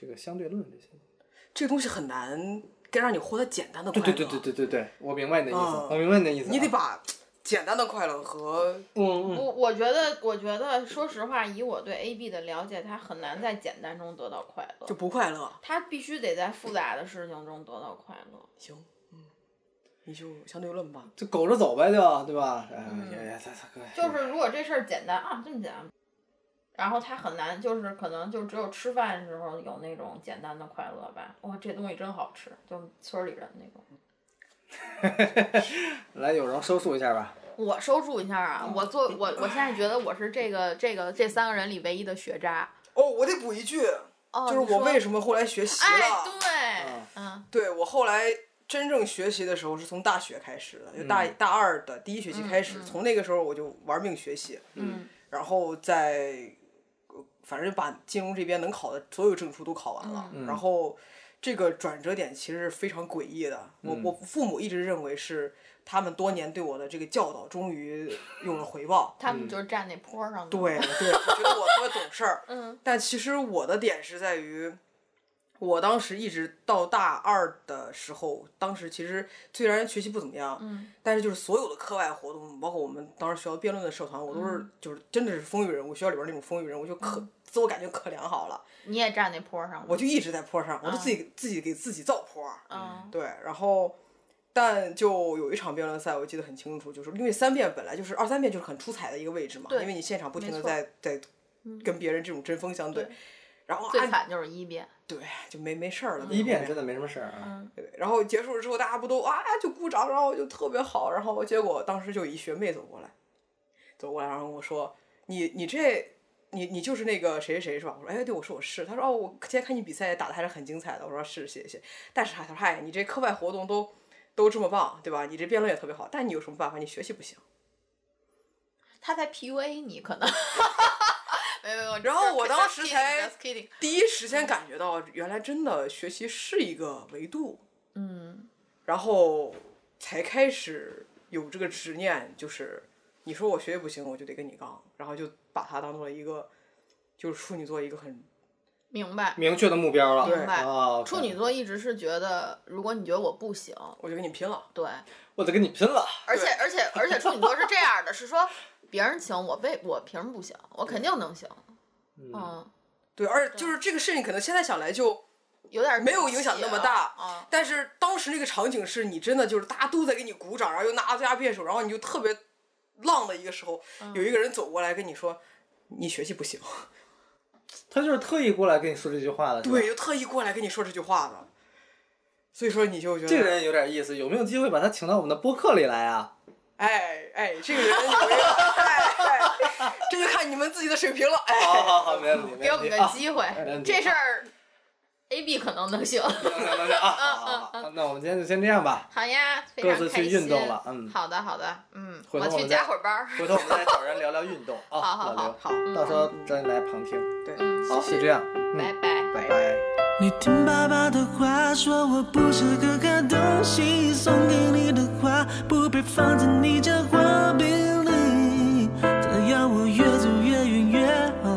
[SPEAKER 1] 这个相对论这些。
[SPEAKER 2] 这个东西很难该让你获得简单的快
[SPEAKER 1] 对
[SPEAKER 2] 乐。
[SPEAKER 1] 对对对对对对，我明白你的意思
[SPEAKER 2] 啊，
[SPEAKER 1] 我明白你的意思啊。
[SPEAKER 2] 你得把简单的快乐和
[SPEAKER 1] 嗯嗯
[SPEAKER 3] 我我觉得，我觉得，说实话，以我对 A B 的了解，他很难在简单中得到快乐
[SPEAKER 2] 就，不快乐
[SPEAKER 3] 他必须得在复杂的事情中得到快乐。
[SPEAKER 2] 行，嗯，你就相对论吧。
[SPEAKER 1] 就苟着走呗，就对吧？嗯，也也，他他可以
[SPEAKER 3] 就是如果这事儿简单啊，这么简单，然后他很难，就是可能就只有吃饭的时候有那种简单的快乐吧。哇，这东西真好吃，就村里人那种。
[SPEAKER 1] 来，有人收束一下吧。
[SPEAKER 3] 我收住一下啊，我做我我现在觉得我是这个这个这三个人里唯一的学渣。
[SPEAKER 2] 哦，我得补一句，
[SPEAKER 3] 哦，
[SPEAKER 2] 就是我为
[SPEAKER 3] 么？
[SPEAKER 2] 什么后来学习
[SPEAKER 3] 哎，
[SPEAKER 2] 了？
[SPEAKER 3] 对，嗯，
[SPEAKER 2] 对我后来真正学习的时候是从大学开始的，就大、大二的第一学期开始，从那个时候我就玩命学习，
[SPEAKER 3] 嗯，
[SPEAKER 2] 然后在呃反正把金融这边能考的所有证书都考完了，然后这个转折点其实是非常诡异的。我我父母一直认为是他们多年对我的这个教导终于有了回报
[SPEAKER 3] 他们就是站那坡
[SPEAKER 2] 嗯
[SPEAKER 3] 上的。
[SPEAKER 2] 对对，我觉得我特别懂事儿，
[SPEAKER 3] 嗯
[SPEAKER 2] 但其实我的点是在于，我当时一直到大二的时候，当时其实虽然学习不怎么样，
[SPEAKER 3] 嗯
[SPEAKER 2] 但是就是所有的课外活动，包括我们当时学校辩论的社团，我都
[SPEAKER 3] 嗯
[SPEAKER 2] 是就是真的是风云人物，学校里边那种风云人物，就可自我感觉可良好了，
[SPEAKER 3] 你也站那坡上了。
[SPEAKER 2] 我就一直在坡上，我
[SPEAKER 3] 啊
[SPEAKER 2] 就自己自己给自己造坡，
[SPEAKER 3] 嗯
[SPEAKER 2] 对，然后。但就有一场辩论赛，我记得很清楚，就是因为三辩本来就是二三辩就是很出彩的一个位置嘛，
[SPEAKER 3] 对
[SPEAKER 2] 因为你现场不停的
[SPEAKER 3] 没错嗯
[SPEAKER 2] 在在跟别人这种针锋相对
[SPEAKER 3] 对，
[SPEAKER 2] 然后
[SPEAKER 3] 最
[SPEAKER 2] 啊
[SPEAKER 3] 惨嗯就是一辩。
[SPEAKER 2] 对，就没没事儿了。
[SPEAKER 1] 第一遍真
[SPEAKER 2] 的。
[SPEAKER 1] 的没什么事儿啊。
[SPEAKER 3] 嗯
[SPEAKER 2] 对然后结束了之后，大家不都啊就鼓掌，然后就特别好。然后结果当时就有一学妹走过来，走过来，然后跟我说：“你你这你你就是那个谁谁谁是吧？”我说：“哎，对，我说我是。”她说：“哦，我今天看你比赛打的还是很精彩的。”我说：“是，谢谢。”但是她说：“嗨，你这课外活动都都这么棒，对吧？你这辩论也特别好，但你有什么办法？你学习不行。”
[SPEAKER 3] 他在 PUA 你可能。 没有没有，
[SPEAKER 2] 然后我当时
[SPEAKER 3] just
[SPEAKER 2] 才
[SPEAKER 3] kidding, just kidding
[SPEAKER 2] 第一时间感觉到，原来真的学习是一个维度。
[SPEAKER 3] 嗯，
[SPEAKER 2] 然后才开始有这个执念，就是你说我学业不行，我就得跟你杠，然后就把它当做一个就是处女座一个很
[SPEAKER 3] 明白。
[SPEAKER 1] 明确的目标了，
[SPEAKER 2] 对
[SPEAKER 3] 明白
[SPEAKER 1] 啊，
[SPEAKER 3] 处女，座一直是觉得，如果你觉得我不行，
[SPEAKER 2] 我就跟你拼了，
[SPEAKER 3] 对，
[SPEAKER 1] 我得跟你拼了。
[SPEAKER 3] 而且而且而且处女座是这样的，是说别人行，我为我凭什么不行？我肯定能行。嗯，
[SPEAKER 2] 对，而且就是这个事情可能现在想来就，
[SPEAKER 3] 有点
[SPEAKER 2] 没有影响那么大
[SPEAKER 3] 啊。
[SPEAKER 2] 但是当时那个场景是你真的就是大家都在给你鼓掌，然后又拿最佳辩手，然后你就特别浪的一个时候，
[SPEAKER 1] 嗯
[SPEAKER 2] 有一个人走过来跟你说。你学习不行，
[SPEAKER 1] 他就是特意过来跟你说这句话的，是吧
[SPEAKER 2] 对，，就特意过来跟你说这句话的，所以说你就觉得
[SPEAKER 1] 这个人有点意思，有没有机会把他请到我们的播客里来啊？
[SPEAKER 2] 哎哎，这个人有没有？哎哎，这就看你们自己的水平了。哎，
[SPEAKER 1] 好好好，没问题，啊
[SPEAKER 3] 嗯给我们
[SPEAKER 1] 没
[SPEAKER 3] 个
[SPEAKER 1] 问题
[SPEAKER 3] 机会
[SPEAKER 1] 问，题
[SPEAKER 3] 这事儿 A B 可能能行。
[SPEAKER 1] 啊行行行行啊，好好好好，那我们今天就先这样吧，
[SPEAKER 3] 好呀，非常
[SPEAKER 1] 各自去
[SPEAKER 3] 开心。
[SPEAKER 1] 运动了嗯
[SPEAKER 3] 好的，好的，嗯，
[SPEAKER 1] 回头我
[SPEAKER 3] 去
[SPEAKER 1] 们再
[SPEAKER 3] 加会儿班儿。
[SPEAKER 1] 回头我们再找人聊聊运动啊，
[SPEAKER 3] 好好
[SPEAKER 1] 老刘，
[SPEAKER 3] 好好，嗯
[SPEAKER 1] 到时候找你来旁听，
[SPEAKER 2] 对，
[SPEAKER 1] 好，就这样，嗯
[SPEAKER 3] 拜拜。
[SPEAKER 1] 拜拜。
[SPEAKER 4] 你听爸爸的话，说我不是个好东西，送给你的话不必放在你家花瓶里，它要我越走越远越好，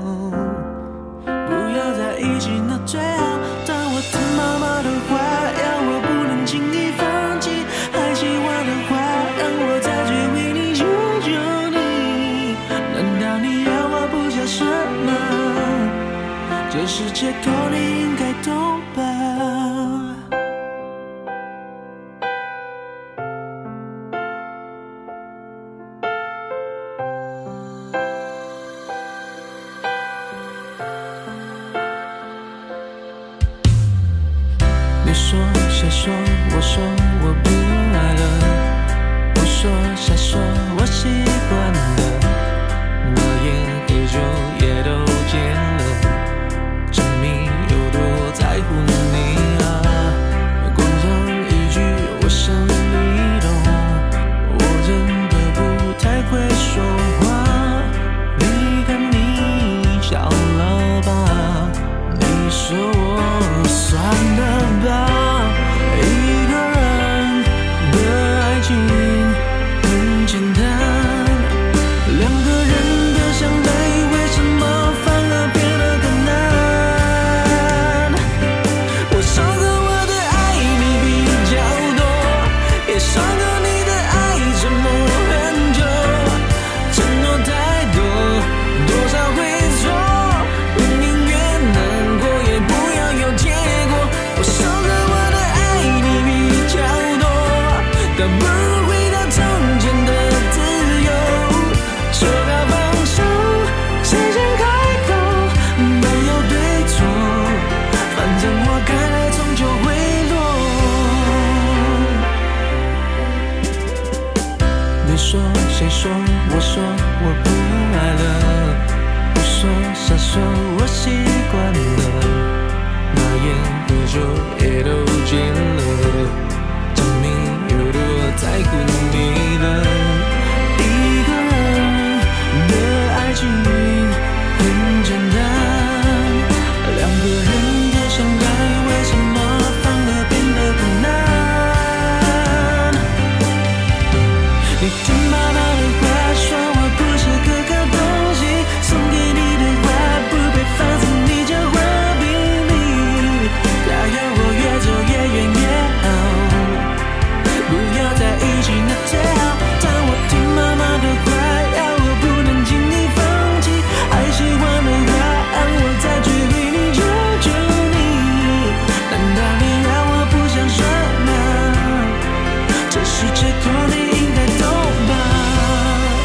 [SPEAKER 4] 不要在一起那最好。但我听妈妈的话，要我不能轻易放弃，还希望的话，让我再去为你求求你。难道你要我不想什么？这是借口，你应该懂吧？你说谁说？我说我不爱了。我说谁说？我习惯了。那烟和酒也都戒了。证明有多在乎你啊！光讲一句，我想你懂，我真的不太会说话。你看你笑了吧？你说我算了吧，一个人的爱情很简单。两个人的相对，为什么反而变得更难？我说过我的爱你比较多，也说过你的爱沉默很久，承诺太多，多少会错，我宁愿难过也不要有结果。我说过我的爱你比较多，但不如回到从前的自由，说好放手，谁先开口，没有对错。反正我该来终究会落。你说谁说？我说我不爱了。我说瞎说，我习惯了。那烟和酒也都戒了，证滚你了，一个人的爱情很简单，两个人的相爱为什么反而变得更难？你听爸爸的话，说我不是个好东西。送给你的话不被放在你家花瓶里。他要我越走越远越好，不要在一起那最好。但我听妈妈的话，要我不能轻易放弃。爱喜欢的话，让我再去为你求求你。难道你要我不想说吗？这是借口，你应该懂吧？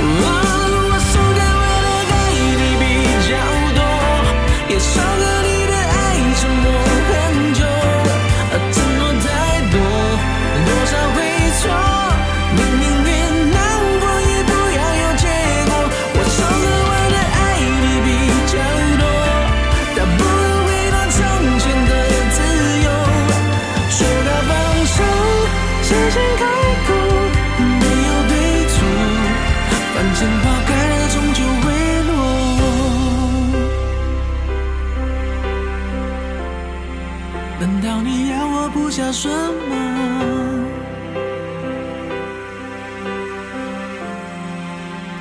[SPEAKER 4] 我送给我的爱你比较啊多，也少了你的爱沉默很久。承诺太多，多少会错，明明越难过也不要有结果。我送给我的爱你比较多，但不如回到从前的自由。说到放手，深深开口，没有对错，反正花开了终究会落。难道你要我不想说吗？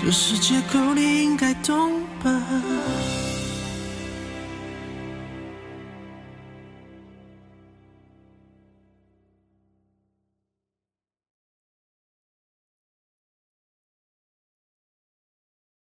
[SPEAKER 4] 这是借口，你应该懂吧。